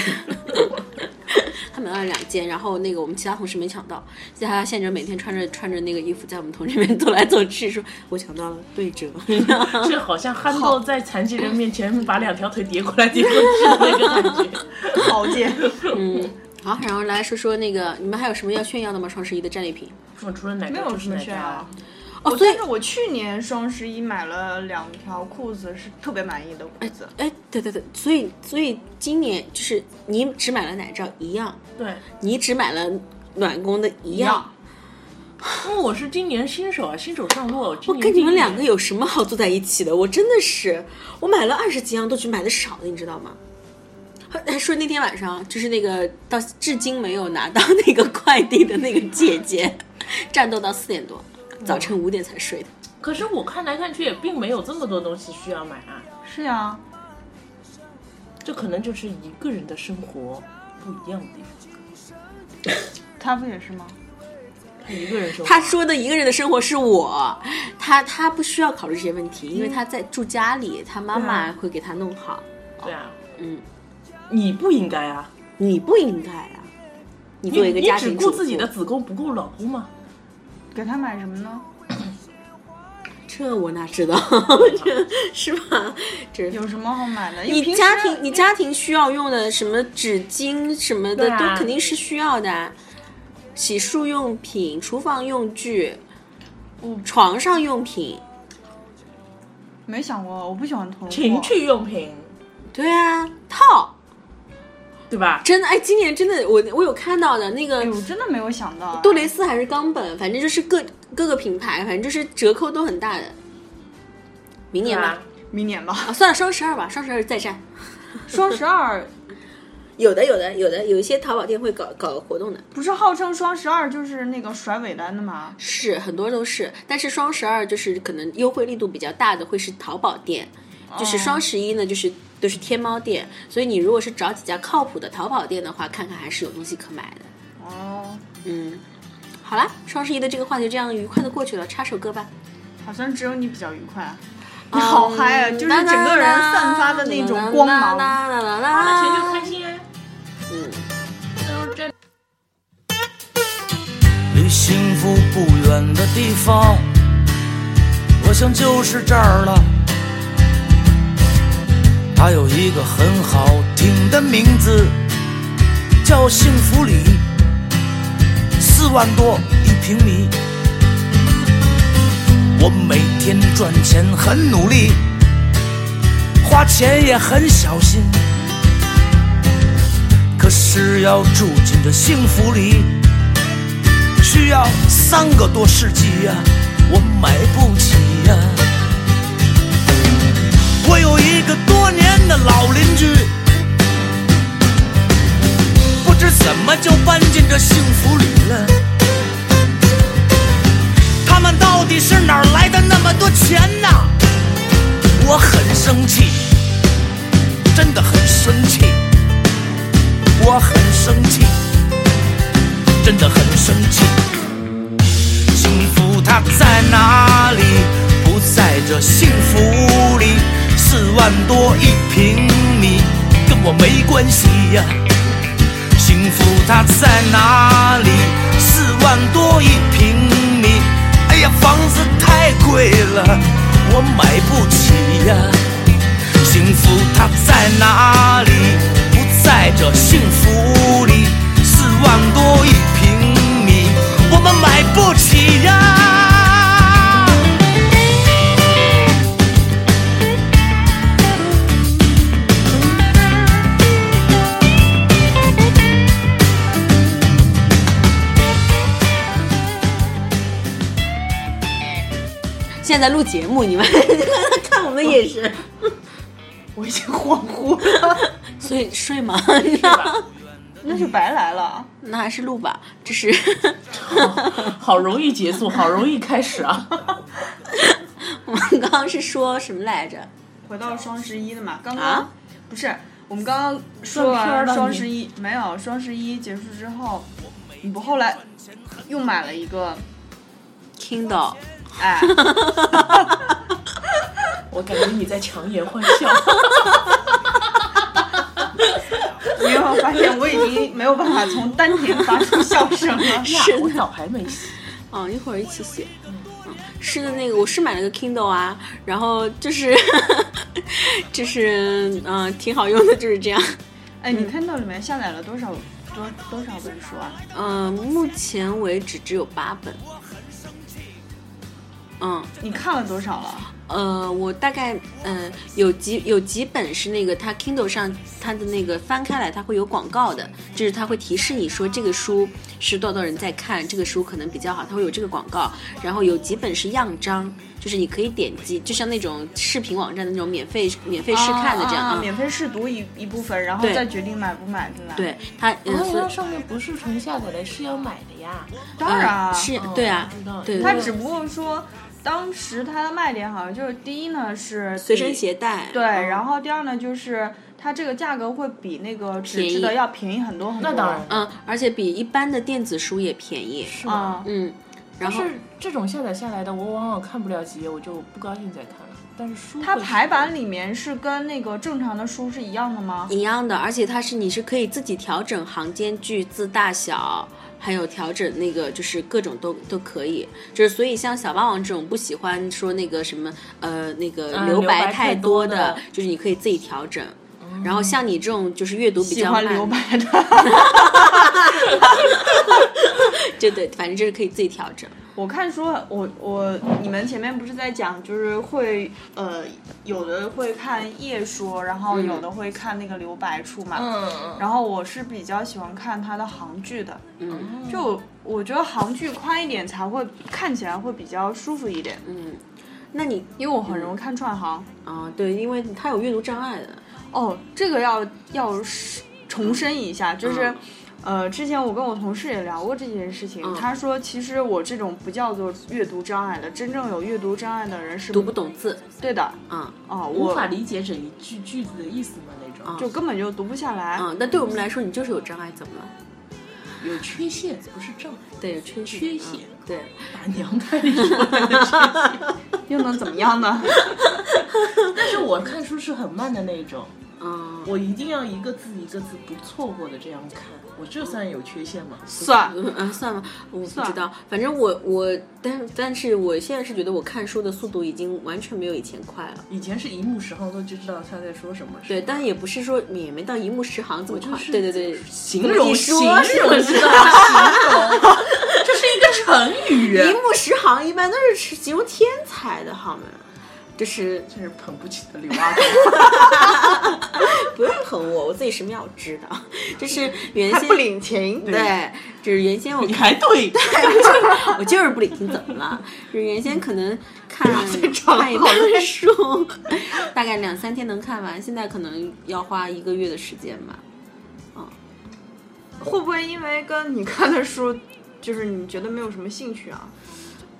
S2: 他买到了两件，然后那个我们其他同事没抢到，所以他现在每天穿着穿着那个衣服在我们同事里面走来走去，说我抢到了对折，
S4: 这好像憨豆在残疾人面前把两条腿叠过来叠过去的那个 感觉。
S3: 好姐，
S2: 嗯，好，然后来说说那个你们还有什么要炫耀的吗？双十一的战利品
S4: 我除了奶
S3: 没
S4: 盖
S3: 有
S4: 就
S3: 什
S4: 是
S3: 么
S4: 奶
S3: 炫
S4: 盖
S3: 耀
S4: 啊。。
S2: 哦，
S3: 我
S2: 所以
S3: 但是我去年双十一买了两条裤子，是特别满意的裤子。
S2: 哎，对对对，所以所以今年就是你只买了奶罩一样，
S3: 啊
S4: 对，
S2: 你只买了暖宫的一样，
S4: 因为我是今年新手啊，新手上路。
S2: 我
S4: 今年
S2: 跟你们两个
S4: 第一年
S2: 有什么好坐在一起的？我真的是，我买了二十几样都只买的少的，你知道吗？还还说那天晚上就是那个到至今没有拿到 那个快递的那个姐姐，战斗到四点多，早晨五点才睡的。
S4: 可是我看来看去也并没有这么多东西需要买啊，
S3: 是呀，
S4: 这可能就是一个人的生活不一样的地方。
S3: 他不也是吗？
S4: 他一个人生活，
S2: 他说的一个人的生活是我，他他不需要考虑这些问题，
S4: 嗯
S2: 因为他在住家里，他妈妈
S4: 对啊
S2: 会给他弄好。
S4: 对啊，
S2: 嗯，
S4: 你不应该啊，
S2: 你不应该啊，你作为一个
S4: 你
S2: 家
S4: 只
S2: 庭
S4: 顾
S2: 主妇，
S4: 自己的子宫，不顾老公嘛。
S3: 给他买什么呢？
S2: 这我哪知道？ 这是吧？这
S3: 有什么好买的？因为
S2: 你
S3: 平时
S2: 家庭你家庭需要用的什么纸巾什么的
S4: 对，啊
S2: 都肯定是需要的啊。洗漱用品、厨房用具、床上用品，
S3: 没想过，我不喜欢囤货。
S4: 情趣用品，
S2: 对啊，套
S4: 对吧？
S2: 真的哎，今年真的我我有看到的那个
S3: 哎，我真的没有想到。啊
S2: 杜蕾斯还是冈本，反正就是各各个品牌，反正就是折扣都很大的。明年吧，
S3: 明年吧，
S2: 啊算了，双十二吧，双十二再战。
S3: 双十二
S2: 有的，有的，有的，有一些淘宝店会搞搞活动的，
S3: 不是号称双十二就是那个甩尾单的吗？
S2: 是很多都是。但是双十二就是可能优惠力度比较大的会是淘宝店，就是双十一呢就是都、是天猫店，所以你如果是找几家靠谱的淘宝店的话，看看还是有东西可买的。
S3: 哦，
S2: 嗯，好啦，双十一的这个话题就这样愉快的过去了，插首歌吧。
S3: 好像只有你比较愉快。啊你好嗨啊！
S2: 嗯
S3: 就是整个人散发的那种光芒。
S2: 啦啦啦啦啦
S4: 花
S2: 啦
S4: 了钱就开 心啊。
S2: 嗯。
S4: 然后这
S5: 离幸福不远的地方，我想就是这儿了。它有一个很好听的名字，叫幸福里，四万多一平米。我每天赚钱很努力，花钱也很小心，可是要住进这幸福里。需要三个多世纪呀、我买不起呀、我有一个多年的老邻居，不知怎么就搬进这幸福里了。他们到底是哪儿来的那么多钱呐？我很生气，真的很生气，我很生气。真的很生气。幸福它在哪里？不在这幸福里，四万多一平米，跟我没关系呀、幸福它在哪里？四万多一平米，哎呀，房子太贵了，我买不起呀、幸福它在哪里？不在这幸福里，四万多一平米，我们买不起呀、
S2: 现在录节目，你们看我们眼神，
S3: 我已经恍惚了，
S2: 所以睡吗？
S3: 那就白来了。
S2: 那还是录吧，这是
S4: 好容易结束，好容易开始啊。
S2: 我们刚刚是说什么来着？
S3: 回到双十一的嘛，刚刚
S2: 啊
S3: 不是我们刚刚说
S4: 断片儿
S3: 完
S4: 了
S3: 双
S4: 你
S3: 十一，没有双十一结束之后，你不后来又买了一个，
S2: Kindle，
S3: 哎，
S4: 我感觉你在强颜欢 笑。哎
S3: 你有没有发现我已经没有办法从丹田发出笑 声了？
S4: 呀，我澡还没洗，
S2: 哦，一会儿一起写。嗯，是的，那个我是买了个 Kindle 啊，然后就是 就是嗯、呃挺好用的，就是这样。
S3: 哎，你看到里面下载了多少多多少本书啊？
S2: 嗯、目前为止只有八本。嗯，
S3: 你看了多少了？
S2: 呃，我大概嗯、呃有几有几本是那个它 Kindle 上它的那个翻开来它会有广告的，就是它会提示你说这个书是多少多少人在看，这个书可能比较好，它会有这个广告。然后有几本是样章，就是你可以点击，就像那种视频网站的那种免费免费试看的这样。
S3: 啊
S2: 嗯
S3: 啊免费试读一一部分，然后
S2: 对
S3: 再决定买不买，对吧？，
S2: 对它，
S3: 哦
S2: 嗯、
S4: 那
S2: 所以
S4: 它上面不是纯下载的，是要买的呀。
S3: 当然啊，嗯
S2: 嗯是
S4: 哦
S2: 对啊
S4: 我知道，
S2: 对，
S3: 它
S2: 对
S3: 只不过说，当时它的卖点好像就是第一呢是
S2: 随身
S3: 比
S2: 携带，
S3: 对，
S2: 嗯
S3: 然后第二呢就是它这个价格会比那个纸
S2: 便
S3: 质
S2: 宜
S3: 的要便宜很多很多。
S4: 那当然，
S2: 嗯，而且比一般的电子书也便宜，
S4: 是
S3: 啊
S4: 吗？，
S2: 嗯，然
S4: 但
S2: 后
S3: 哦
S4: 是这种下载下来的，我往往看不了几页，我就不高兴再看了。但是书
S3: 它
S4: 会
S3: 排版里面是跟那个正常的书是一样的吗？
S2: 一样的，而且它是你是可以自己调整行间距、字大小，还有调整那个就是各种都都可以。就是所以像小霸王这种不喜欢说那个什么呃那个
S4: 嗯
S2: 留
S4: 留
S2: 白
S4: 白
S2: 太
S4: 太多
S2: 的，嗯
S4: 的
S2: 就是你可以自己调整。然后像你这种就是阅读比
S3: 喜
S2: 较
S3: 欢
S2: 慢，
S3: 留白 的。
S2: 对对，反正就是可以自己调整。
S3: 我看书，我我你们前面不是在讲，就是会呃有的会看页书，然后有的会看那个留白处嘛。
S4: 嗯
S3: 然后我是比较喜欢看它的行距的，
S2: 嗯
S3: 就我觉得行距宽一点才会看起来会比较舒服一点，嗯
S2: 嗯，那你
S3: 因为我很容易看串行。
S2: 啊、对，因为他有阅读障碍的，
S3: 哦，这个要要是重申一下，就是。
S2: 嗯
S3: 呃，之前我跟我同事也聊过这件事情，
S2: 嗯
S3: 他说其实我这种不叫做阅读障碍的，真正有阅读障碍的人是
S2: 读不懂字，
S3: 对的，
S2: 嗯
S3: 哦，
S4: 无
S3: 我
S4: 法理解整一句句子的意思嘛那种，
S3: 就根本就读不下来。
S2: 嗯，那对我们来说，你就是有障碍，怎么了？
S4: 有缺陷不是障碍，
S2: 对，有缺陷，
S4: 缺陷
S2: 嗯对，
S4: 把娘胎里出来的缺陷。
S3: 又能怎么样呢？
S4: 但是我看书是很慢的那种，
S2: 嗯，
S4: 我一定要一个字一个字不错过的这样看，我这算有缺陷吗？
S3: 算，
S2: 嗯啊，算了，我不
S3: 算
S2: 知道，反正我我，但但是我现在是觉得我看书的速度已经完全没有以前快了。
S4: 以前是一目十行都就知道他在说什么，是
S2: 对，
S4: 吧
S2: 但也不是说也没到一目十行这么
S4: 我就
S2: 快。
S4: 是
S2: 对对对，
S4: 形
S2: 这么一
S4: 容
S2: 说
S4: 形
S3: 啊
S4: 容
S2: 是
S4: 知
S2: 不
S4: 道，
S2: 是
S4: 形 容，这是一个成语，啊
S2: 一目十行一般都是形容天才的，好吗？就是
S4: 真是捧不起的刘阿 狗，
S2: 不用捧我，我自己什么样我知道。 就是原
S3: 还
S2: 先
S3: 不领情。
S2: 对，就是原先我
S4: 你
S2: 看，
S4: 还 对，
S2: 我就是不领情，怎么了？就是原先可能看
S3: 找了
S2: 看一本书，大概两三天能看完，现在可能要花一个月的时间吧。
S3: 会不会因为跟你看的书，就是你觉得没有什么兴趣啊？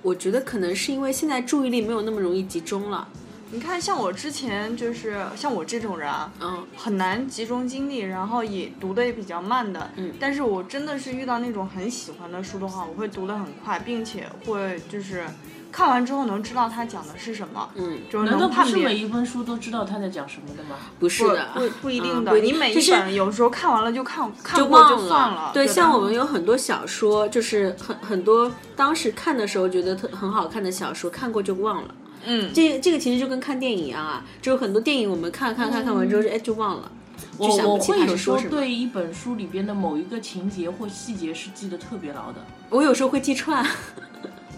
S2: 我觉得可能是因为现在注意力没有那么容易集中了。
S3: 你看，像我之前就是像我这种人啊，
S2: 嗯，
S3: 很难集中精力，然后也读的也比较慢的。
S2: 嗯
S3: 但是我真的是遇到那种很喜欢的书的话，我会读的很快，并且会就是看完之后能知道它讲的是什么。
S2: 嗯，
S3: 就是
S4: 难道
S3: 能
S4: 不
S3: 判
S4: 是
S3: 别。
S4: 每一本书都知道他在讲什么的吗？
S2: 不是
S3: 不
S2: 的，
S3: 不不一定
S2: 嗯
S3: 的，
S2: 不一
S3: 你
S2: 定
S3: 每
S2: 就
S3: 一
S2: 是
S3: 本有时候看完了就看看
S2: 就
S3: 过
S2: 忘
S3: 就算了。
S2: 对，
S3: 吧
S2: 像我们有很多小说，就是很很多当时看的时候觉得特很好看的小说，看过就忘了。
S3: 嗯，
S2: 这这个其实就跟看电影一样啊，就是很多电影我们看看看看完之后，哎就忘了，就
S4: 我
S2: 想
S4: 我
S2: 不起
S4: 会
S2: 它
S4: 有
S2: 是
S4: 时
S2: 说
S4: 候
S2: 什么。
S4: 对一本书里边的某一个情节或细节是记得特别牢的，
S2: 我有时候会记串，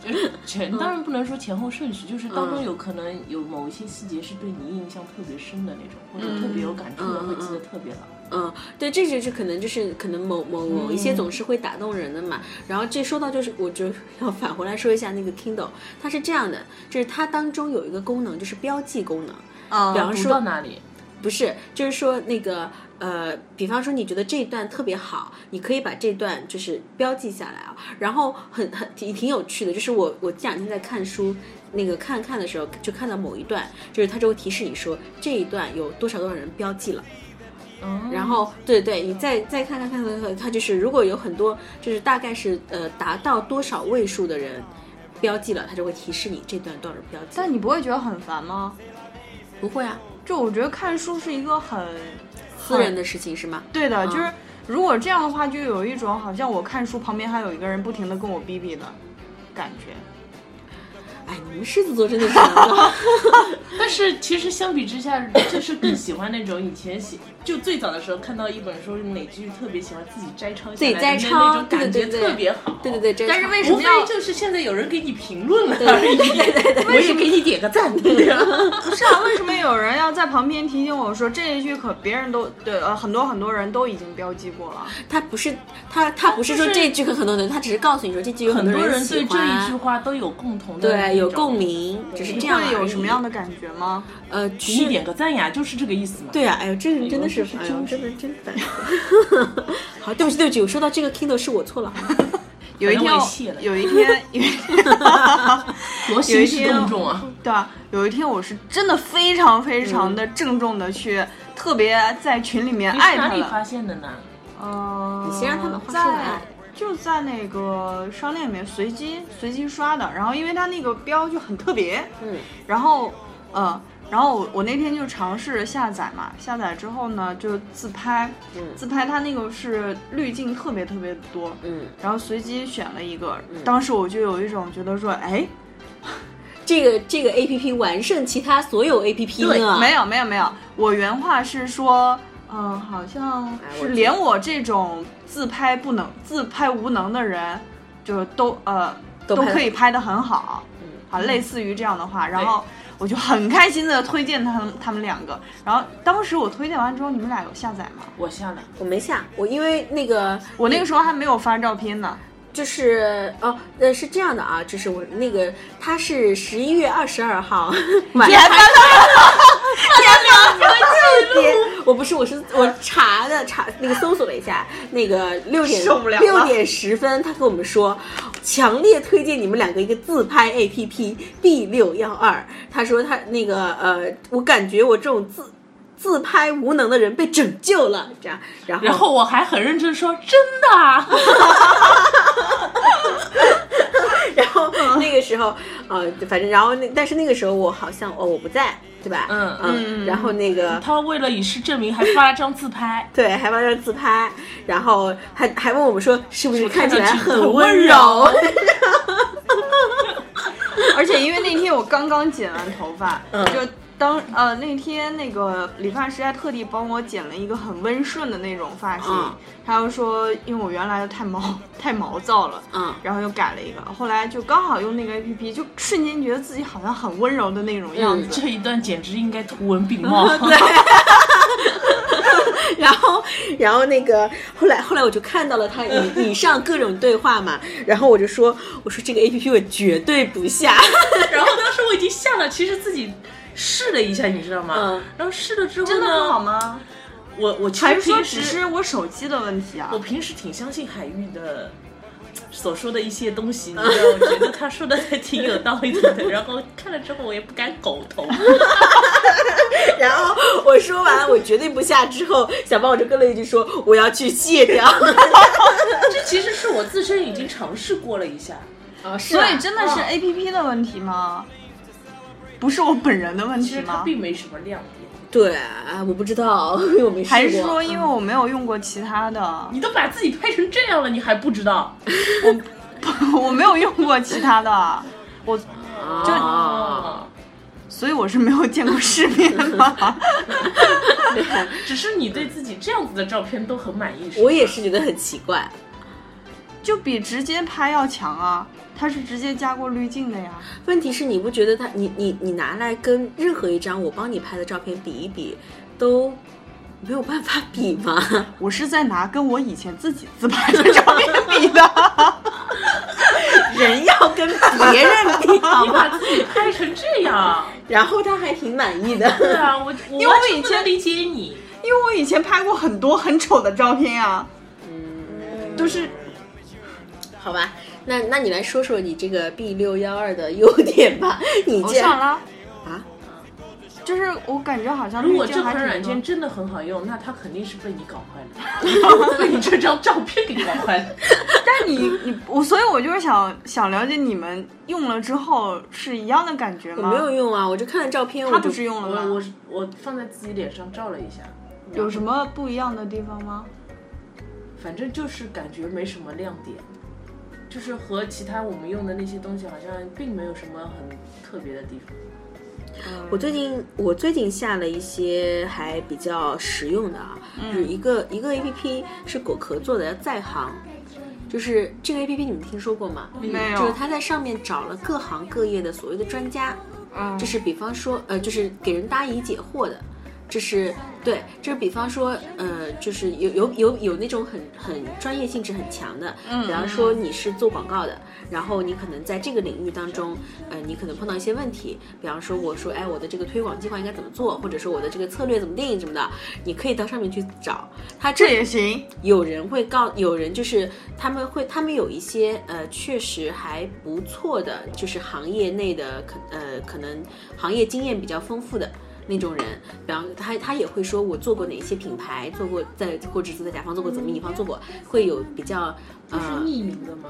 S4: 就是前当然不能说前后顺序，就是当中
S2: 嗯
S4: 有可能有某一些细节是对你印象特别深的那种，或者特别有感触
S2: 嗯
S4: 的，
S2: 嗯
S4: 会记得
S2: 嗯
S4: 特别牢。
S2: 嗯，对，这就是可能就是可能某某某一些总是会打动人的嘛。然后这说到就是，我就要返回来说一下那个 Kindle，它是这样的，就是它当中有一个功能就是标记功能，
S3: 啊
S2: 比方
S4: 读到
S2: 说
S4: 哪里？
S2: 不是，就是说那个呃，比方说你觉得这一段特别好，你可以把这段就是标记下来啊。然后很很挺挺有趣的，就是我我这两天在看书，那个看看的时候就看到某一段，就是它就会提示你说这一段有多少多少人标记了。然后对对，你再再看看看看看，它就是如果有很多就是大概是呃达到多少位数的人标记了，它就会提示你这段多少人标记。
S3: 但你不会觉得很烦吗？
S2: 不会啊，
S3: 就我觉得看书是一个很
S2: 私人的事情是吗？
S3: 对的，
S2: 嗯
S3: 就是如果这样的话，就有一种好像我看书旁边还有一个人不停的跟我逼逼的感觉。
S2: 哎，你们狮子座真的是难搞。
S4: 但是其实相比之下，就是更喜欢那种以前喜，就最早的时候看到一本书哪句特别喜欢，自己摘抄下
S2: 自
S4: 来
S2: 己
S4: 的
S2: 摘
S4: 那
S2: 抄
S4: 那种感
S2: 对
S4: 觉
S2: 对对
S4: 特别好。
S2: 对对对，真
S3: 但是
S2: 好
S3: 为什
S4: 无
S3: 么
S4: 非
S3: 要
S4: 就是现在有人给你评论了而已，我也给你点个赞， 对呀、
S3: 不是啊？为什么有人要在旁边提醒我说 这一句可别人都对呃很多很多人都已经标记过了？
S2: 他不是他他不是说
S4: 就是
S2: 这句和很多人，他只是告诉你说这句有
S4: 很
S2: 多
S4: 多人
S2: 喜
S4: 对这一句
S2: 欢，
S4: 话都有共同的那
S2: 对
S4: 种
S2: 有共，鸣，只是
S3: 你
S2: 这样而
S4: 啊
S3: 会
S2: 已。
S3: 有什么样的感觉吗？
S2: 呃，
S4: 给你
S2: 是
S4: 点个赞呀，就是这个意思嘛。
S2: 对啊，哎呦，这个真的是，
S4: 真是
S2: 哎呦，真的真烦。 好，对不起，对不起，我说到这个 Kindle 是我错了。啊
S3: 有一
S4: 反
S3: 天
S4: 正我也
S3: 我
S4: 谢了
S3: 有一天有一天。
S4: 多兴师动众啊！
S3: 对啊，有一天我是真的非常非常的郑重的去，特别在群里面
S4: 嗯你
S3: 艾
S4: 是哪
S3: 特
S4: 里
S3: 了，
S4: 发现的呢？
S3: 嗯、
S2: 你先让他们话说
S3: 在
S2: 完
S3: 就在那个商店里面随机随机刷的，然后因为它那个标就很特别，
S2: 嗯，
S3: 然后呃，然后我我那天就尝试下载嘛，下载之后呢就自拍，
S2: 嗯
S3: 自拍它那个是滤镜特别特别多，
S2: 嗯，
S3: 然后随机选了一个，
S2: 嗯
S3: 当时我就有一种觉得说，哎，
S2: 这个这个 A P P 完胜其他所有 A P P 呢？
S3: 没有没有没有，我原话是说，嗯、好像
S2: 哎我
S3: 是
S2: 知
S3: 连我这种自拍不能、自拍无能的人，就都呃
S2: 都
S3: 都
S2: 拍得嗯
S3: 可以拍得很好，好类似于这样的话，然后我就很开心的推荐他们他们两个，然后当时我推荐完之后，你们俩有下载吗？
S4: 我下了，
S2: 我没下，我因为那个
S3: 我那个时候还没有发照片呢，
S2: 就是哦，呃，是这样的啊，就是我那个他是十一月二十二号晚
S3: 你还
S2: 上，
S3: 发照
S2: 我不是，我是我查的查那个搜索了一下，那个六点
S3: 受不了了
S2: 六点十分，他跟我们说，强烈推荐你们两个一个自拍 A P P B 六幺二，他说他那个呃，我感觉我这种自。自拍无能的人被拯救了，这样，然后
S4: 然后我还很认真说真的啊，
S2: 然后那个时候，呃，反正然后那但是那个时候我好像哦我不在，对吧？
S4: 嗯
S2: 嗯，然后那个。
S4: 他为了以示证明还发了张自 拍
S2: 对，还帮人自拍，然后还还问我们说是不是看起来
S4: 看上去
S2: 很
S4: 很
S2: 温
S4: 温
S2: 柔
S4: 柔？
S3: 而且因为那天我刚刚剪完头发，就当呃那天那个理发师还特地帮我剪了一个很温顺的那种发型，
S2: 嗯
S3: 他又说因为我原来的太毛太毛躁了，
S2: 嗯
S3: 然后又改了一个，后来就刚好用那个 A P P，就瞬间觉得自己好像很温柔的那种样子。
S4: 这一段简直应该图文 并茂。
S2: 然后，然后那个后来后来我就看到了他以以上各种对话嘛，然后我就说我说这个 A P P 我绝对不下，
S4: 然后当时我已经下了，其实自己试了一下，你知道吗？
S2: 嗯
S4: 然后试了之后呢，
S3: 真的不好吗？
S4: 我我其
S3: 还
S4: 实
S3: 是说
S4: 平
S3: 只
S4: 时
S3: 是我手机的问题啊
S4: 我？平时挺相信海玉的。所说的一些东西，你知 道，我觉得他说的还挺有道理的。然后看了之后，我也不敢苟同。
S2: 然后我说完我绝对不下之后，小胖我就跟了一句说我要去卸掉，
S4: 这其实是我自身已经尝试过了一下，
S2: 啊是
S3: 所以真的是 A P P 的问题吗？不是我本人的问
S4: 其
S3: 题
S4: 实它
S3: 吗？
S4: 并没什么亮点。
S2: 对，啊我不知道， 因为我没试过。
S3: 还是说因为我没有用过其他的？
S4: 你都把自己拍成这样了，你还不知道？
S3: 我没有用过其他的，我
S2: 啊，
S3: 所以我是没有见过世面 的。
S4: 只是你对自己这样子的照片都很满意。吧
S2: 我也是觉得很奇怪。
S3: 就比直接拍要强啊，它是直接加过滤镜的呀。
S2: 问题是你不觉得他你你你拿来跟任何一张我帮你拍的照片比一比，都没有办法比吗？
S3: 我是在拿跟我以前自己自拍的照片比 的，
S2: 人要跟别人比 好
S4: 你
S2: 吗？
S4: 把自己拍成这 样，
S2: 然后他还挺满意的。
S4: 对啊，我我
S3: 因为
S4: 完
S3: 我
S4: 全
S3: 以
S4: 不
S3: 前
S4: 能理解你。
S3: 因为我以前拍过很多很丑的照片啊，
S4: 嗯
S3: 都是
S2: 好吧，那那你来说说你这个 B 六幺二的优点吧。你
S3: 我
S2: 这
S3: 上
S2: 样
S3: 了。
S2: 啊？
S3: 就是我感觉好像
S4: 如果
S3: 滤
S4: 这
S3: 镜还
S4: 款
S3: 挺
S4: 软
S3: 多
S4: 件真的很好用，那它肯定是被你搞坏了， 被你这张照片给搞坏了。
S3: 但你你我，所以我就是想想了解你们用了之后是一样的感觉
S2: 我
S3: 吗？
S2: 没有用啊，我就看了照片，我
S3: 他
S2: 就
S3: 不是用了吗？
S4: 我我我放在自己脸上照了一下，
S3: 有什么不一样的地方吗？
S4: 反正就是感觉没什么亮点，就是和其他我们用的那些东西好像并没有什么很特别的地方。
S2: 我最近我最近下了一些还比较实用的啊，
S3: 嗯
S2: 就是一个一个 A P P 是果壳做的，叫在行。就是这个 A P P 你们听说过吗？
S3: 没有
S2: 就是他在上面找了各行各业的所谓的专家，
S3: 嗯，
S2: 这是比方说呃，就是给人答疑解惑的，这是对，这是比方说呃，就是有有有有那种很很专业性质很强的，
S3: 嗯
S2: 比方说你是做广告的，然后你可能在这个领域当中，呃，你可能碰到一些问题，比方说我说哎，我的这个推广计划应该怎么做，或者说我的这个策略怎么定什么的，你可以到上面去找，它
S3: 这也行。
S2: 有人会告，有人就是他们会，他们有一些呃，确实还不错的，就是行业内的可呃，可能行业经验比较丰富的那种人，比方他他也会说我做过哪些品牌，做过在或者是在甲方做过，怎么乙方做过，会有比较
S4: 是
S2: 呃，
S4: 匿名的吗？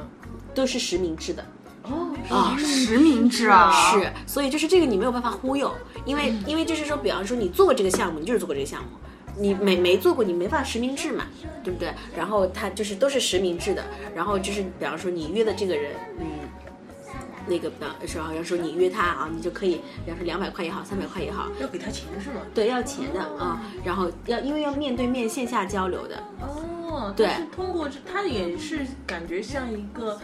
S2: 都是实名制的。
S4: 哦，
S2: 啊
S3: 实名制啊
S2: 是，所以就是这个你没有办法忽悠，因为因为就是说，比方说你做过这个项目，你就是做过这个项目，你没没做过，你没办法实名制嘛，对不对？然后他就是都是实名制的，然后就是比方说你约的这个人，嗯。那个表是好像说你约他啊，你就可以，比方说两百块也好，三百块也好，
S4: 要给他钱是吗？
S2: 对，要钱的啊、然后要因为要面对面线下交流的，
S4: 哦，
S2: 对
S4: 但是通过这，它也是感觉像一个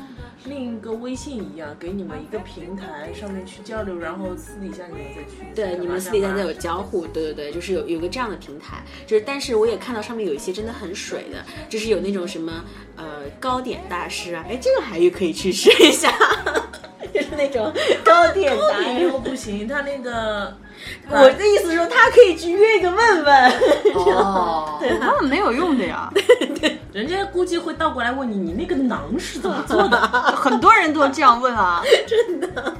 S4: 另一个微信一样，给你们一个平台上面去交流，然后私底下你们再去
S2: 对，你们私底下再有交互，对对对，就是有有个这样的平台，就是但是我也看到上面有一些真的很水的，就是有那种什么呃糕点大师啊，哎，这个还可以去试一下， 就是那种糕点达人
S4: 又。 不行，他那个
S2: 我的意思是说，他可以去约一个问问。
S4: 哦，
S3: 他们没有用的呀，
S4: 人家估计会倒过来问你，你那个馕是怎么做的？
S3: 很多人都这样问啊。真的？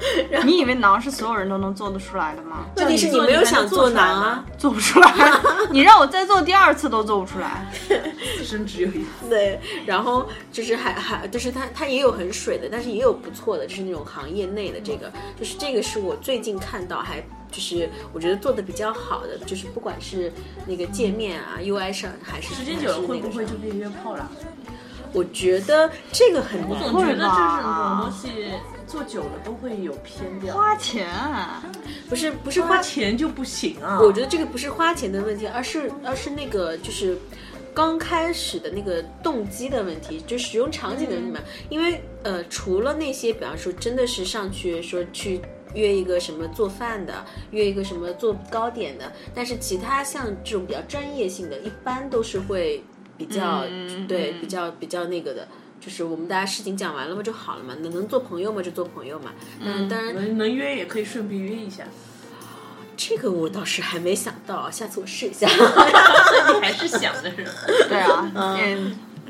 S3: 你以为馕是所有人都能做得出来的吗？
S2: 问题是你没有想做囊啊，
S3: 做不出来，你让我再做第二次都做不出来。
S4: 自身只有一副。
S2: 对，然后就是还还就是它它也有很水的，但是也有不错的，就是那种行业内的这个，就是这个是我最近看到还就是我觉得做的比较好的，就是不管是那个界面啊、UI 上还是
S4: 时间久了
S2: 还是
S4: 会
S2: 那
S4: 不
S2: 个
S4: 会
S2: 上
S4: 就变约炮了？
S2: 我觉得这个很
S4: 我
S2: 难
S4: 总觉得这种东西做久了都会有偏掉，
S3: 花钱
S2: 不是不是花
S4: 花钱就不行啊。
S2: 我觉得这个不是花钱的问题，而是而是那个就是刚开始的那个动机的问题，就使用场景的问题嘛。
S3: 嗯
S2: 因为呃，除了那些，比方说真的是上去说去。约一个什么做饭的，约一个什么做糕点的，但是其他像这种比较专业性的，一般都是会比较、
S3: 嗯
S2: 对
S3: 嗯
S2: 比较比较那个的，就是我们大家事情讲完了嘛就好了嘛，能能做朋友嘛就做朋友嘛。嗯，当然
S4: 能能约也可以顺便约 一下，
S2: 这个我倒是还没想到，啊下次我试一 下。
S4: 所以你还是想的是吧？
S3: 对啊，也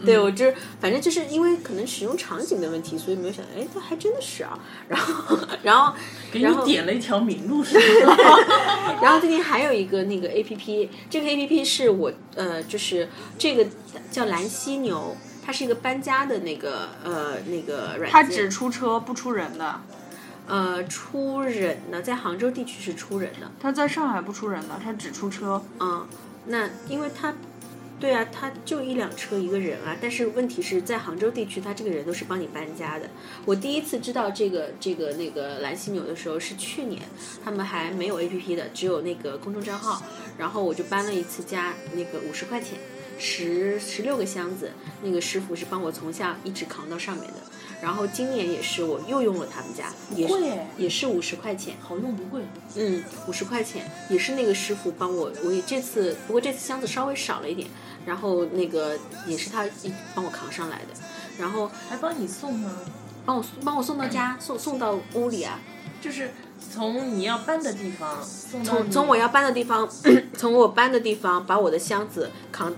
S2: 对，
S4: 嗯
S2: 我就是反正就是因为可能使用场景的问题，所以没有想，哎，这还真的是啊。然后，然后，
S4: 给
S2: 然
S4: 你
S2: 后，
S4: 点了一条明路是吧？
S2: 然后最近还有一个那个 A P P，这个 A P P 是我呃，就是这个叫蓝犀牛，它是一个搬家的那个呃那个软件，
S3: 他只出车不出人的，
S2: 呃出人的，在杭州地区是出人的，
S3: 他在上海不出人的，他只出车。
S2: 嗯，那因为它。对啊，他就一辆车一个人啊，但是问题是在杭州地区，他这个人都是帮你搬家的。我第一次知道这个这个那个蓝犀牛的时候是去年，他们还没有 A P P 的，只有那个公众账号。然后我就搬了一次家，那个五十块钱，十十六个箱子，那个师傅是帮我从下一直扛到上面的。然后今年也是我又用了他们家，也是
S4: 贵哎
S2: 也是五十块钱，
S4: 好用不贵，
S2: 嗯，五十块钱也是那个师傅帮我，我也这次不过这次箱子稍微少了一点，然后那个也是他一帮我扛上来的，然后
S4: 还帮你送吗？
S2: 帮我送帮我送到家，送送到屋里啊，
S4: 就是从你要搬的地方送到
S2: 从
S4: 你
S2: 从我要搬的地方，
S4: 嗯
S2: 从我搬的地方把我的箱子扛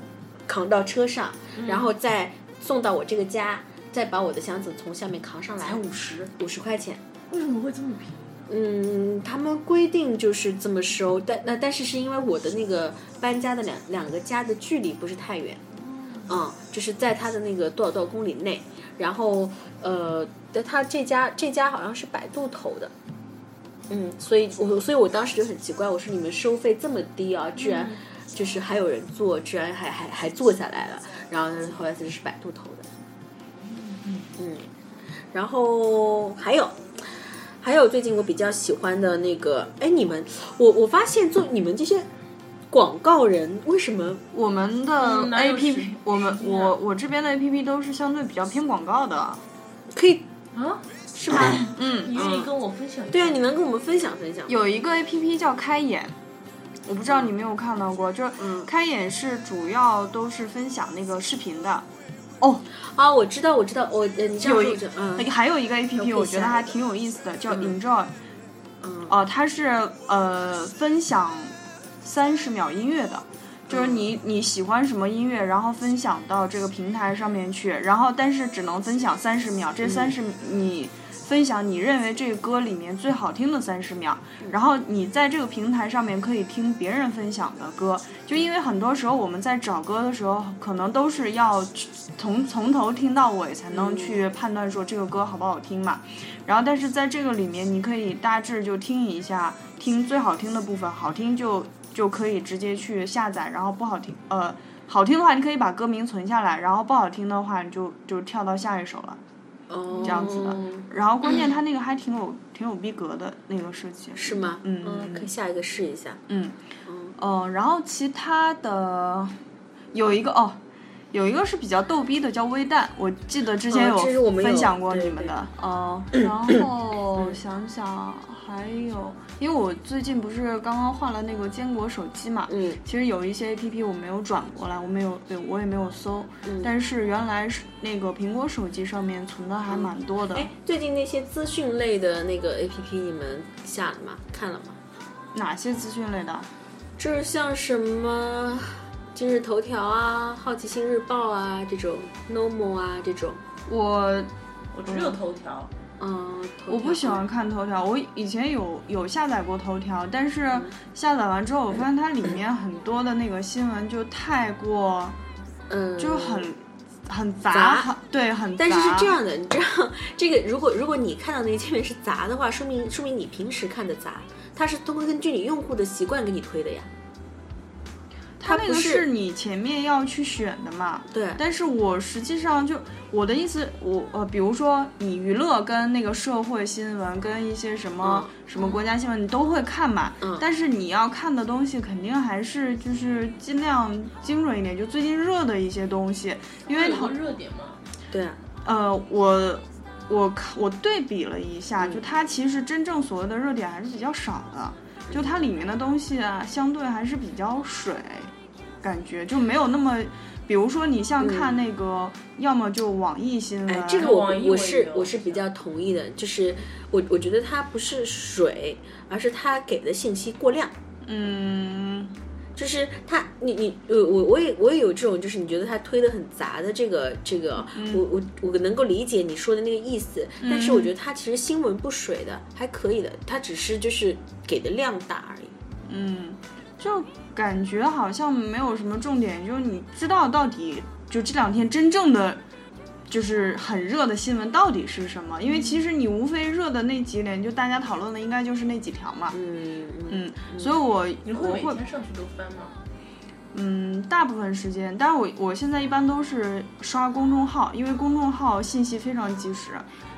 S2: 扛到车上，
S4: 嗯
S2: 然后再送到我这个家，再把我的箱子从下面扛上来
S4: 才，五十，
S2: 五十块钱。
S4: 为什么会这么便宜？
S2: 嗯，他们规定就是这么收，但那但是是因为我的那个搬家的两两个家的距离不是太远，嗯，就是在他的那个多少多少公里内，然后呃，但他这家这家好像是百度投的，嗯，所以我所以我当时就很奇怪，我说你们收费这么低啊，居然就是还有人做，居然还还还做下来了，然后后来就是百度投的，嗯，然后还有。还有最近我比较喜欢的那个，哎，你们，我我发现做你们这些广告人为什么？
S3: 我们的
S4: 嗯哪有
S3: A P
S4: 时
S3: P，我们
S4: 间啊
S3: 我我这边的 A P P 都是相对比较偏广告的，
S2: 可以
S4: 啊，
S2: 是吗？
S4: 你愿意跟我分享？
S2: 对啊，你能跟我们分享分享吗？
S3: 有一个 A P P 叫开眼，我不知道你没有看到过，就是开眼是主要都是分享那个视频的。哦，
S2: 啊，我知道，我知道，我呃，你这样
S3: 有
S2: 说我
S3: 一
S2: 就嗯
S3: 还有一个 A P
S2: 可以
S3: P，我觉得
S2: 下
S3: 还
S2: 一个
S3: 挺有意思的，叫
S2: 嗯
S3: Enjoy，
S2: 嗯
S3: 哦、它是呃分享三十秒音乐的。就是
S2: 嗯
S3: 你你喜欢什么音乐，然后分享到这个平台上面去，然后但是只能分享三十秒，
S2: 嗯
S3: 这三十、你分享你认为这个歌里面最好听的三十秒，
S2: 嗯
S3: 然后你在这个平台上面可以听别人分享的歌，就因为很多时候我们在找歌的时候，可能都是要去从从头听到尾才
S2: 嗯
S3: 能去判断说这个歌好不好听嘛。然后但是在这个里面，你可以大致就听一下，听最好听的部分，好听就就可以直接去下载，然后不好听呃。好听的话，你可以把歌名存下来，然后不好听的话，你就就跳到下一首了。
S2: 哦，嗯
S3: 这样子的然后关键它那个还挺有挺有逼格的那个设计，
S2: 是吗？
S3: 嗯
S2: 嗯，可以下一个试一下。
S3: 嗯
S2: 嗯
S3: 嗯、然后其他的有一个哦，有一个是比较逗逼的，叫微蛋，我记得之前
S2: 哦这是我们有
S3: 分享过
S2: 对
S3: 你们的， 哦、然后想想还有，因为我最近不是刚刚换了那个坚果手机嘛，
S2: 嗯
S3: 其实有一些 A P P 我没有转过来，我没有，对我也没有搜，
S2: 嗯
S3: 但是原来是那个苹果手机上面存的还蛮多的，
S2: 哎，最近那些资讯类的那个 A P P 你们下了吗？看了吗？
S3: 哪些资讯类的？啊
S2: 就是像什么今日头条啊、好奇心日报啊这种，Nomo 啊这种，
S3: 我
S4: 我只有头条。
S2: 嗯，
S3: 我不喜欢看头条，我以前有有下载过头条，但是下载完之后，我发现它里面很多的那个新闻就太过，
S2: 嗯，
S3: 就很很
S2: 杂
S3: 杂，很对，很杂。
S2: 但是是这，样的，你知道这个，如果如果你看到那个界面是杂的话，说明说明你平时看的杂，它是都会根据你用户的习惯给你推的呀。
S3: 它那
S2: 不
S3: 个
S2: 是
S3: 是你前面要去选的嘛？
S2: 对
S3: 但是我实际上就我的意思，我呃，比如说你娱乐跟那个社会新闻跟一些什么、
S2: 嗯
S3: 什么国家新闻，你都会看嘛。
S2: 嗯
S3: 但是你要看的东西肯定还是就是尽量精准一点，就最近热的一些东西，因为
S4: 有
S3: 它
S4: 个热点吗？
S2: 对啊，
S3: 呃，我我看我对比了一下，
S2: 嗯
S3: 就它其实真正所谓的热点还是比较少的，就它里面的东西啊，相对还是比较水，感觉就没有那么。比如说，你像看那个，要么就网易新闻，
S2: 嗯哎，这个我
S4: 网易
S2: 我
S4: 我也
S2: 是
S4: 有
S2: 我是比较同意的，就是我我觉得它不是水，而是它给的信息过量。
S3: 嗯，
S2: 就是他，你你呃，我我也我也有这种，就是你觉得他推的很杂的这个这个，我我我能够理解你说的那个意思，但是我觉得他其实新闻不水的，还可以的，他只是就是给的量大而已。
S3: 嗯，就感觉好像没有什么重点，就是你知道到底就这两天真正的就是很热的新闻到底是什么？因为其实你无非热的那几点，就大家讨论的应该就是那几条嘛。
S2: 嗯嗯，
S3: 嗯，所以我
S4: 你会
S3: 我
S4: 每
S3: 会
S4: 天上去都翻吗？
S3: 嗯，大部分时间，但是我我现在一般都是刷公众号，因为公众号信息非常及时，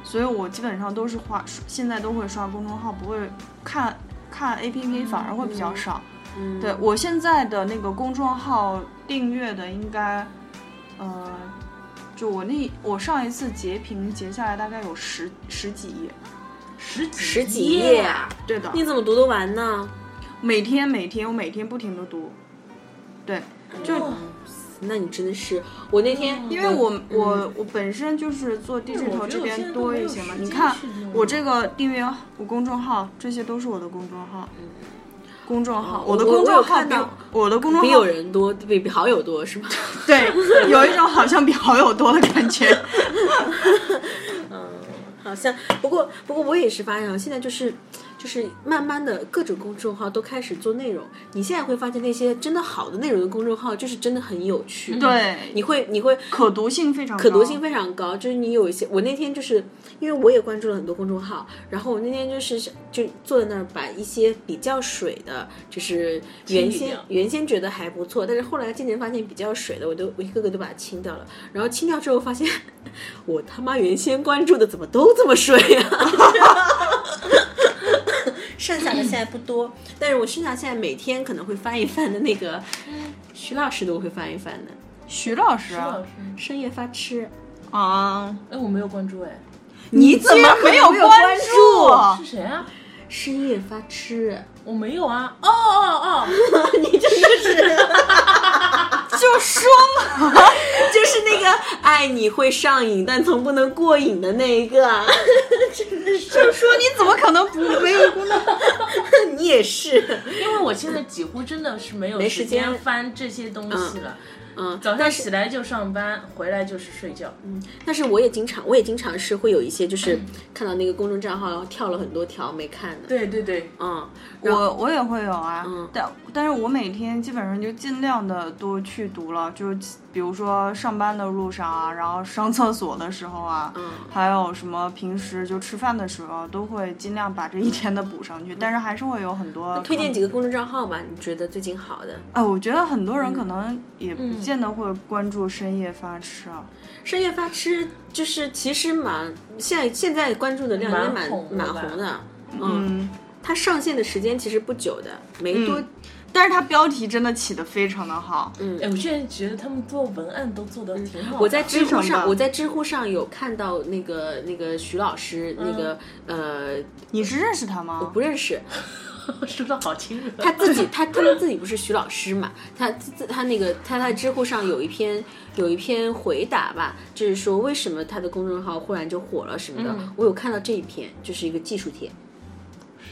S3: 所以我基本上都是花，现在都会刷公众号，不会看看 A P P，反而会比较少。
S2: 嗯
S3: 对我现在的那个公众号订阅的应该，呃，就我那我上一次截屏截下来大概有十十几页，
S4: 十几
S2: 十几页
S4: 页
S2: 啊，
S3: 对的，
S2: 你怎么读得完呢？
S3: 每天每天我每天不停的读，对，就
S4: 哇
S2: 那你真的是，我那天
S3: 因为哦我我我本身就是做
S4: 我觉
S3: digital
S4: 得
S3: 这
S4: 我现
S3: 边
S4: 在都
S3: 多
S4: 没
S3: 一
S4: 有
S3: 些嘛，
S4: 时
S3: 你
S4: 间
S3: 看
S4: 去弄
S3: 我这个订阅我公众号，这些都是我的公众号，公众号，
S2: 哦
S3: 我的
S2: 我
S3: 公
S2: 我有
S3: 众号
S2: 看
S3: 比
S2: 到
S3: 我的公众
S2: 比
S3: 号
S2: 友人多，比比好友多是吗？
S3: 对，有一种好像比好友多的感觉。
S2: 啊好像不过不过我也是发现啊，现在就是就是慢慢的各种公众号都开始做内容，你现在会发现那些真的好的内容的公众号，就是真的很有趣。
S3: 对
S2: 你会你会
S3: 可读性非常高，
S2: 可读性非常高，就是你有一些，我那天就是因为我也关注了很多公众号，然后我那天就是就坐在那儿把一些比较水的，就是原
S4: 清理
S2: 先
S4: 掉
S2: 原先觉得还不错，但是后来渐渐发现比较水的，我都我一个个都把它清掉了，然后清掉之后发现 我他妈原先关注的怎么都这么水啊呀、 剩下的现在不多，但是我剩下现在每天可能会翻一翻的那个，徐老师都会翻一翻的，
S3: 徐老师啊
S2: 深夜发痴。
S3: 啊，
S4: 哎，我没有关注哎，
S3: 你怎么没有关
S4: 是谁啊？
S2: 深夜发痴，
S4: 我没有啊！哦哦哦，
S2: 你真的是，
S3: 就说嘛，
S2: 就是那个爱你会上瘾，但从不能过瘾的那一 个，啊
S3: 就说你怎么可能不没有关注？
S2: 你也是，
S4: 因为我现在几乎真的是没有
S2: 没时
S4: 时
S2: 间
S4: 间翻这些东西了。
S2: 嗯，
S4: 早上
S2: 但是
S4: 起来就上班，回来就是睡觉。
S2: 但是我也经常，我也经常是会有一些，就是看到那个公众账号跳了很多条没看的，
S4: 对对对，
S2: 嗯，然后
S3: 我我也会有啊，
S2: 嗯
S3: 但但是我每天基本上就尽量的多去读了，就是比如说上班的路上啊，然后上厕所的时候啊，
S2: 嗯
S3: 还有什么平时就吃饭的时候，都会尽量把这一天的补上去，但是还是会有很多
S2: 嗯推荐几
S3: 个。
S2: 个公众账号吧，你觉得最近好的？
S3: 哎，我觉得很多人
S2: 嗯
S3: 可能也不见得会关注深夜发吃啊，
S2: 深夜发痴就是其实蛮现在现在关注的量也蛮
S4: 蛮红的
S2: 蛮
S4: 吧
S2: 红的，嗯，
S3: 嗯，
S2: 它上线的时间其实不久的，没多
S3: 嗯但是它标题真的起的非常的好，
S2: 嗯
S4: 哎，我现在觉得他们做文案都做的挺好的。啊
S2: 我在知乎
S3: 非常
S2: 上，
S3: 棒
S2: 我在知乎上有看到那个那个徐老师，那个、呃，
S3: 你是认识他吗？
S2: 我不认识
S4: 说的好清楚，
S2: 他自己，他他们自己不是徐老师嘛？他自自他那个他在知乎上有一篇有一篇回答吧，就是说为什么他的公众号忽然就火了什么的。我有看到这一篇，就是一个技术帖。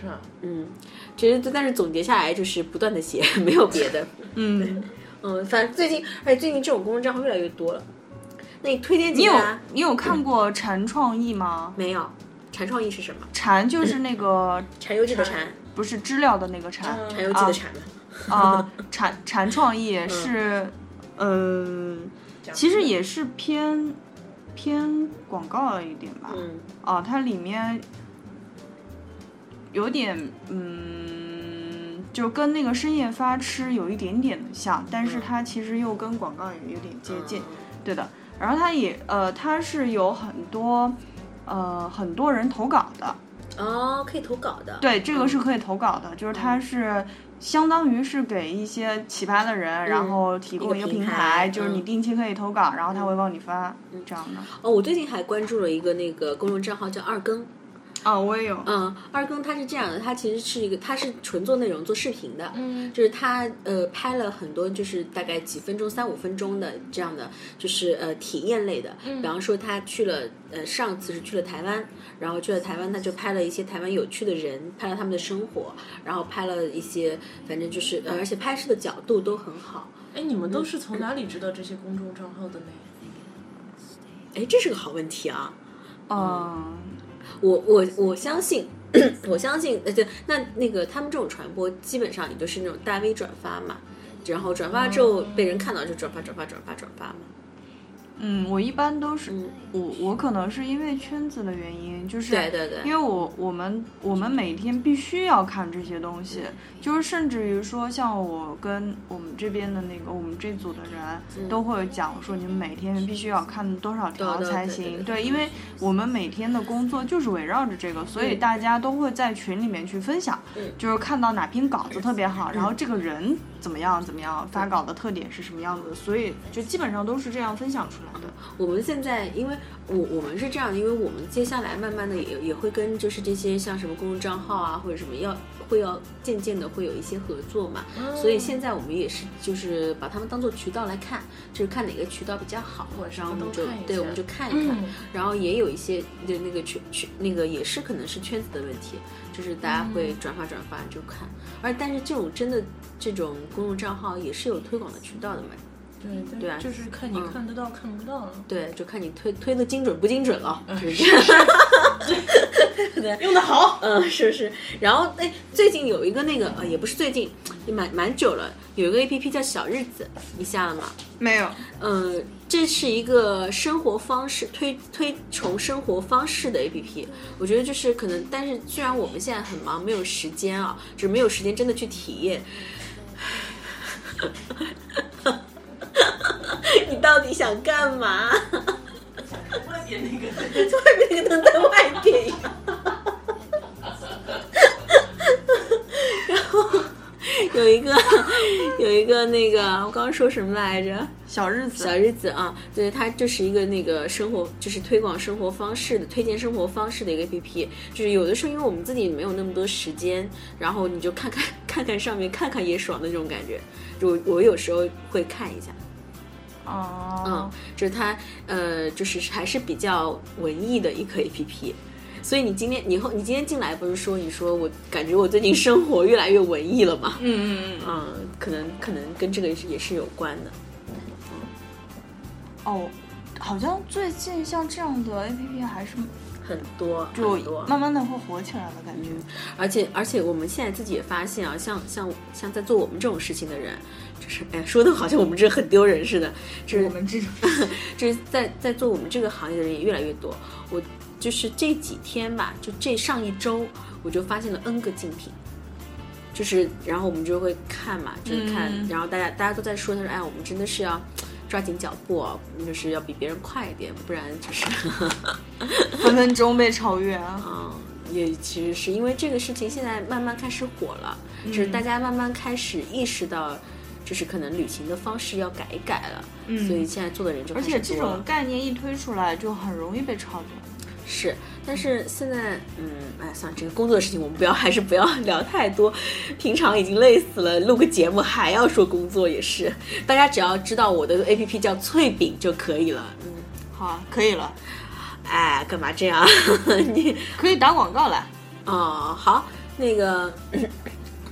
S4: 是啊，
S2: 嗯，其实但是总结下来就是不断的写， 没有别的。
S3: 嗯，
S2: 嗯，反正最近哎，最近这种公众账号越来越多了。那你推荐
S3: 你
S2: 几
S3: 有
S2: 个、啊？
S3: 你有看过禅创意吗？
S2: 没有？禅创意是什么？
S3: 禅就是
S2: 嗯
S3: 那个
S2: 禅游记的哦禅，
S3: 不是知了的那个禅
S2: 禅哎游记的禅嘛。
S3: 啊，禅禅创意是，嗯，其实也是偏偏广告了一点吧。
S2: 嗯
S3: 啊，它里面有点嗯，就跟那个深夜发痴有一点点的像，但
S2: 嗯
S3: 是它其实又跟广告也有点接近。对的，然后它也呃，它是有很多呃很多人投稿的。
S2: 哦，可以投稿的。
S3: 对，这个是可以投稿的，就
S2: 嗯
S3: 是它是相当于是给一些奇葩的人，然后提供
S2: 嗯一
S3: 一
S2: 个
S3: 个
S2: 平
S3: 平
S2: 台
S3: 就是你
S2: 嗯
S3: 定期可以投稿，然后他会帮你发这样的。
S2: 哦，我最近还关注了一个那个公众账号叫二更，
S3: 啊，我也有，
S2: 嗯，二更它是这样的，它其实是一个，它是纯做内容、做视频的，嗯，就是它呃拍了很多，就是大概几分钟、三五分钟的这样的，就是呃体验类的，比方说他去了呃上次是去了台湾，然后去了台湾，他就拍了一些台湾有趣的人，拍了他们的生活，然后拍了一些反正就是呃而且拍摄的角度都很好，
S4: 哎，你们都是从哪里知道这些公众账号的呢？
S2: 哎，这是个好问题啊，
S3: 嗯，
S2: 我我我相信， 我相信，呃，对，那那个他们这种传播，基本上也就是那种大 V 转发嘛，然后转发之后
S4: 嗯
S2: 被人看到就转发转发转发转发嘛。
S3: 嗯，我一般都是、
S2: 嗯
S3: 我我可能是因为圈子的原因，就是
S2: 对对对
S3: 因为我我们我们每天必须要看这些东西，
S2: 嗯
S3: 就是甚至于说像我跟我们这边的那个我们这组的人都会讲说，你们每天必须要看多少条
S2: 嗯对对
S3: 才
S2: 对对
S3: 行，
S2: 对
S3: 对，因为我们每天的工作就是围绕着这个，
S2: 嗯
S3: 所以大家都会在群里面去分享，就是看到哪篇稿子特别
S2: 嗯
S3: 好，然后这个人怎么样怎么样，发稿的特点是什么样子的，所以就基本上都是这样分享出来的。
S2: 我们现在，因为我我们是这样的，因为我们接下来慢慢的也也会跟就是这些像什么公众账号啊或者什么要会要渐渐的会有一些合作嘛，
S4: 哦
S2: 所以现在我们也是就是把他们当做渠道来看，就是看哪个渠道比较好，然后我们就
S4: 都哦看一下
S2: 对我们就看一看，
S4: 嗯
S2: 然后也有一些就那个圈圈那个也是可能是圈子的问题，就是大家会转发转发就看，而但是这种真的这种公众账号也是有推广的渠道的嘛，
S4: 对
S2: 对啊
S4: 就是看你
S2: 嗯
S4: 看得到看不到了。
S2: 对，就看你推推的精准不精准了，就是这样。 对，
S4: 用的好，
S2: 嗯，是是。然后哎，最近有一个那个呃，也不是最近，也蛮蛮久了，有一个 A P P 叫小日子，你下了吗？
S3: 没有，
S2: 嗯，这是一个生活方式推推崇生活方式的 A P P，我觉得就是可能，但是虽然我们现在很忙，没有时间啊，就是没有时间真的去体验。 你到底想干嘛？ 外面那个，外面那个灯在外边呀。 然后有一个，有一个那个，我刚刚说什么来着？
S3: 小日
S2: 小
S3: 子，
S2: 日子啊，对，它就是一个那个生活，就是推广生活方式的，推荐生活方式的一个 APP。就是有的时候，因为我们自己没有那么多时间，然后你就看看看看上面，看看也爽的这种感觉。就我我有时候会看一下，嗯
S3: 哦，，
S2: 就是它呃，就是还是比较文艺的一个 APP。所以你今天，你后你今天进来不是说你说我感觉我最近生活越来越文艺了吗？
S3: 嗯嗯嗯，
S2: 嗯，可能可能跟这个也是也是有关的。
S3: 哦，好像最近像这样的 A P P 还是
S2: 很多，
S3: 就
S2: 很多
S3: 慢慢的会火起来的感觉。
S2: 而且而且我们现在自己也发现啊，像像像在做我们这种事情的人，就是哎呀，说的好像我们这很丢人似的，就是
S3: 这种
S2: 就是在在做我们这个行业的人也越来越多。我就是这几天吧，就这上一周，我就发现了 N 个竞品。就是，然后我们就会看嘛，就是看，
S3: 嗯
S2: 然后大家大家都在说，他说，哎，我们真的是要抓紧脚步啊，就是要比别人快一点，不然就是，
S3: 分分钟被超越啊！
S2: 嗯，也其实是因为这个事情现在慢慢开始火了，就是
S3: 嗯
S2: 大家慢慢开始意识到，就是可能旅行的方式要改一改了，
S3: 嗯
S2: 所以现在做的人就
S3: 而
S2: 开
S3: 且
S2: 始
S3: 这
S2: 多了
S3: 种概念一推出来，就很容易被超越。
S2: 是，但是现在，嗯，哎，算了，这个工作的事情我们不要， 还是不要聊太多。平常已经累死了，录个节目还要说工作，也是。大家只要知道我的 A P P 叫脆饼就可以了。嗯，
S3: 好啊，可以了，
S2: 哎，干嘛这样？ 你
S3: 可以打广告了。
S2: 哦，好，那个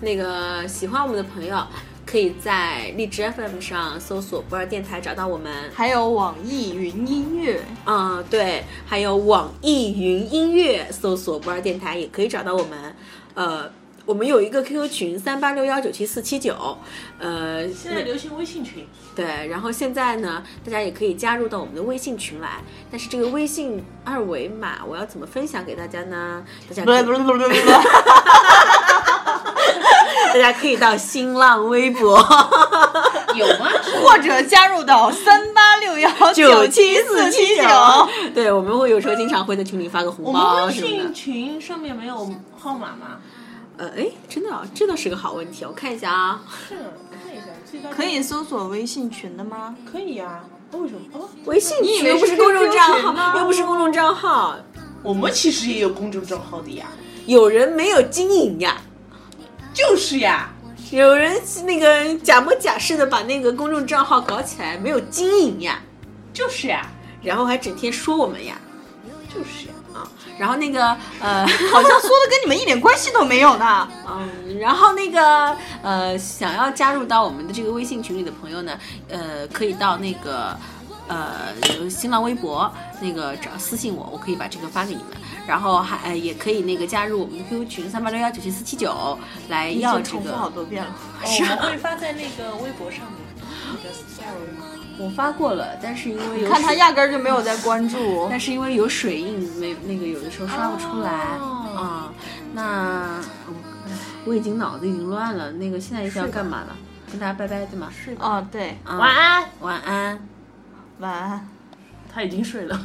S2: 那个喜欢我们的朋友，可以在荔枝 FM 上搜索不二电台找到我们。
S3: 还有网易云音乐，
S2: 嗯，对，还有网易云音乐搜索“不二电台”也可以找到我们。呃，我们有一个 QQ 群三八六幺九七四七九，呃，
S4: 现在流行微信群，
S2: 对，然后现在呢，大家也可以加入到我们的微信群来。但是这个微信二维码我要怎么分享给大家呢？大家
S3: 不
S2: 可以
S3: 不不不不，
S2: 大家可以到新浪微博
S4: 有 吗？
S3: 或者加入到三八六幺
S2: 九
S3: 七
S2: 七四
S3: 七
S2: 七九，对，我们会有时候经常会在群里发个红
S4: 我们
S2: 包
S4: 微
S2: 什么的
S4: 信。群上面没有号码吗？
S2: 呃，哎，真的、啊，这倒是个好问题，我看一下啊。
S4: 是，我看一下，最高
S3: 可以搜索微信群的吗？
S4: 可以呀、哦为什么？哦，
S2: 微信
S3: 你以
S2: 群
S3: 为
S2: 又不
S3: 是
S2: 是公
S3: QQ
S2: 众账
S3: 群呢
S2: 号，又不是公众账号，
S4: 我们其实也有公众账号的呀，
S2: 有人没有经营呀，
S4: 就是呀，
S2: 有人那个假模假式的把那个公众账号搞起来，没有经营呀，
S4: 就是呀，
S2: 然后还整天说我们呀，
S4: 就是呀。
S2: 啊，然后那个呃，
S3: 好像说的跟你们一点关系都没有呢。
S2: 嗯，然后那个呃，想要加入到我们的这个微信群里的朋友呢，呃，可以到那个呃新浪微博那个找私信我，我可以把这个发给你们。然后还、呃、也可以那个加入我们的 QQ 群三八六幺九七四七九来
S3: 已
S2: 要
S3: 经
S2: 这
S3: 重复好
S2: 个。
S3: 多遍了。
S4: 哦我们会发在那个微博上面。那个 story 吗
S2: 我发过了，但是因为有
S3: 看他
S2: 水，
S3: 压根儿就没有在关注
S2: 但，是因为有水印，没那个有的时候刷不出来啊、
S4: 哦
S2: 那嗯我已经脑子已经乱了，那个现在是要干嘛了？跟大家拜拜对吗？是
S3: 啊，对，
S2: 啊、
S4: 晚安，
S2: 晚安。
S3: 晚安。
S4: 他已经睡了。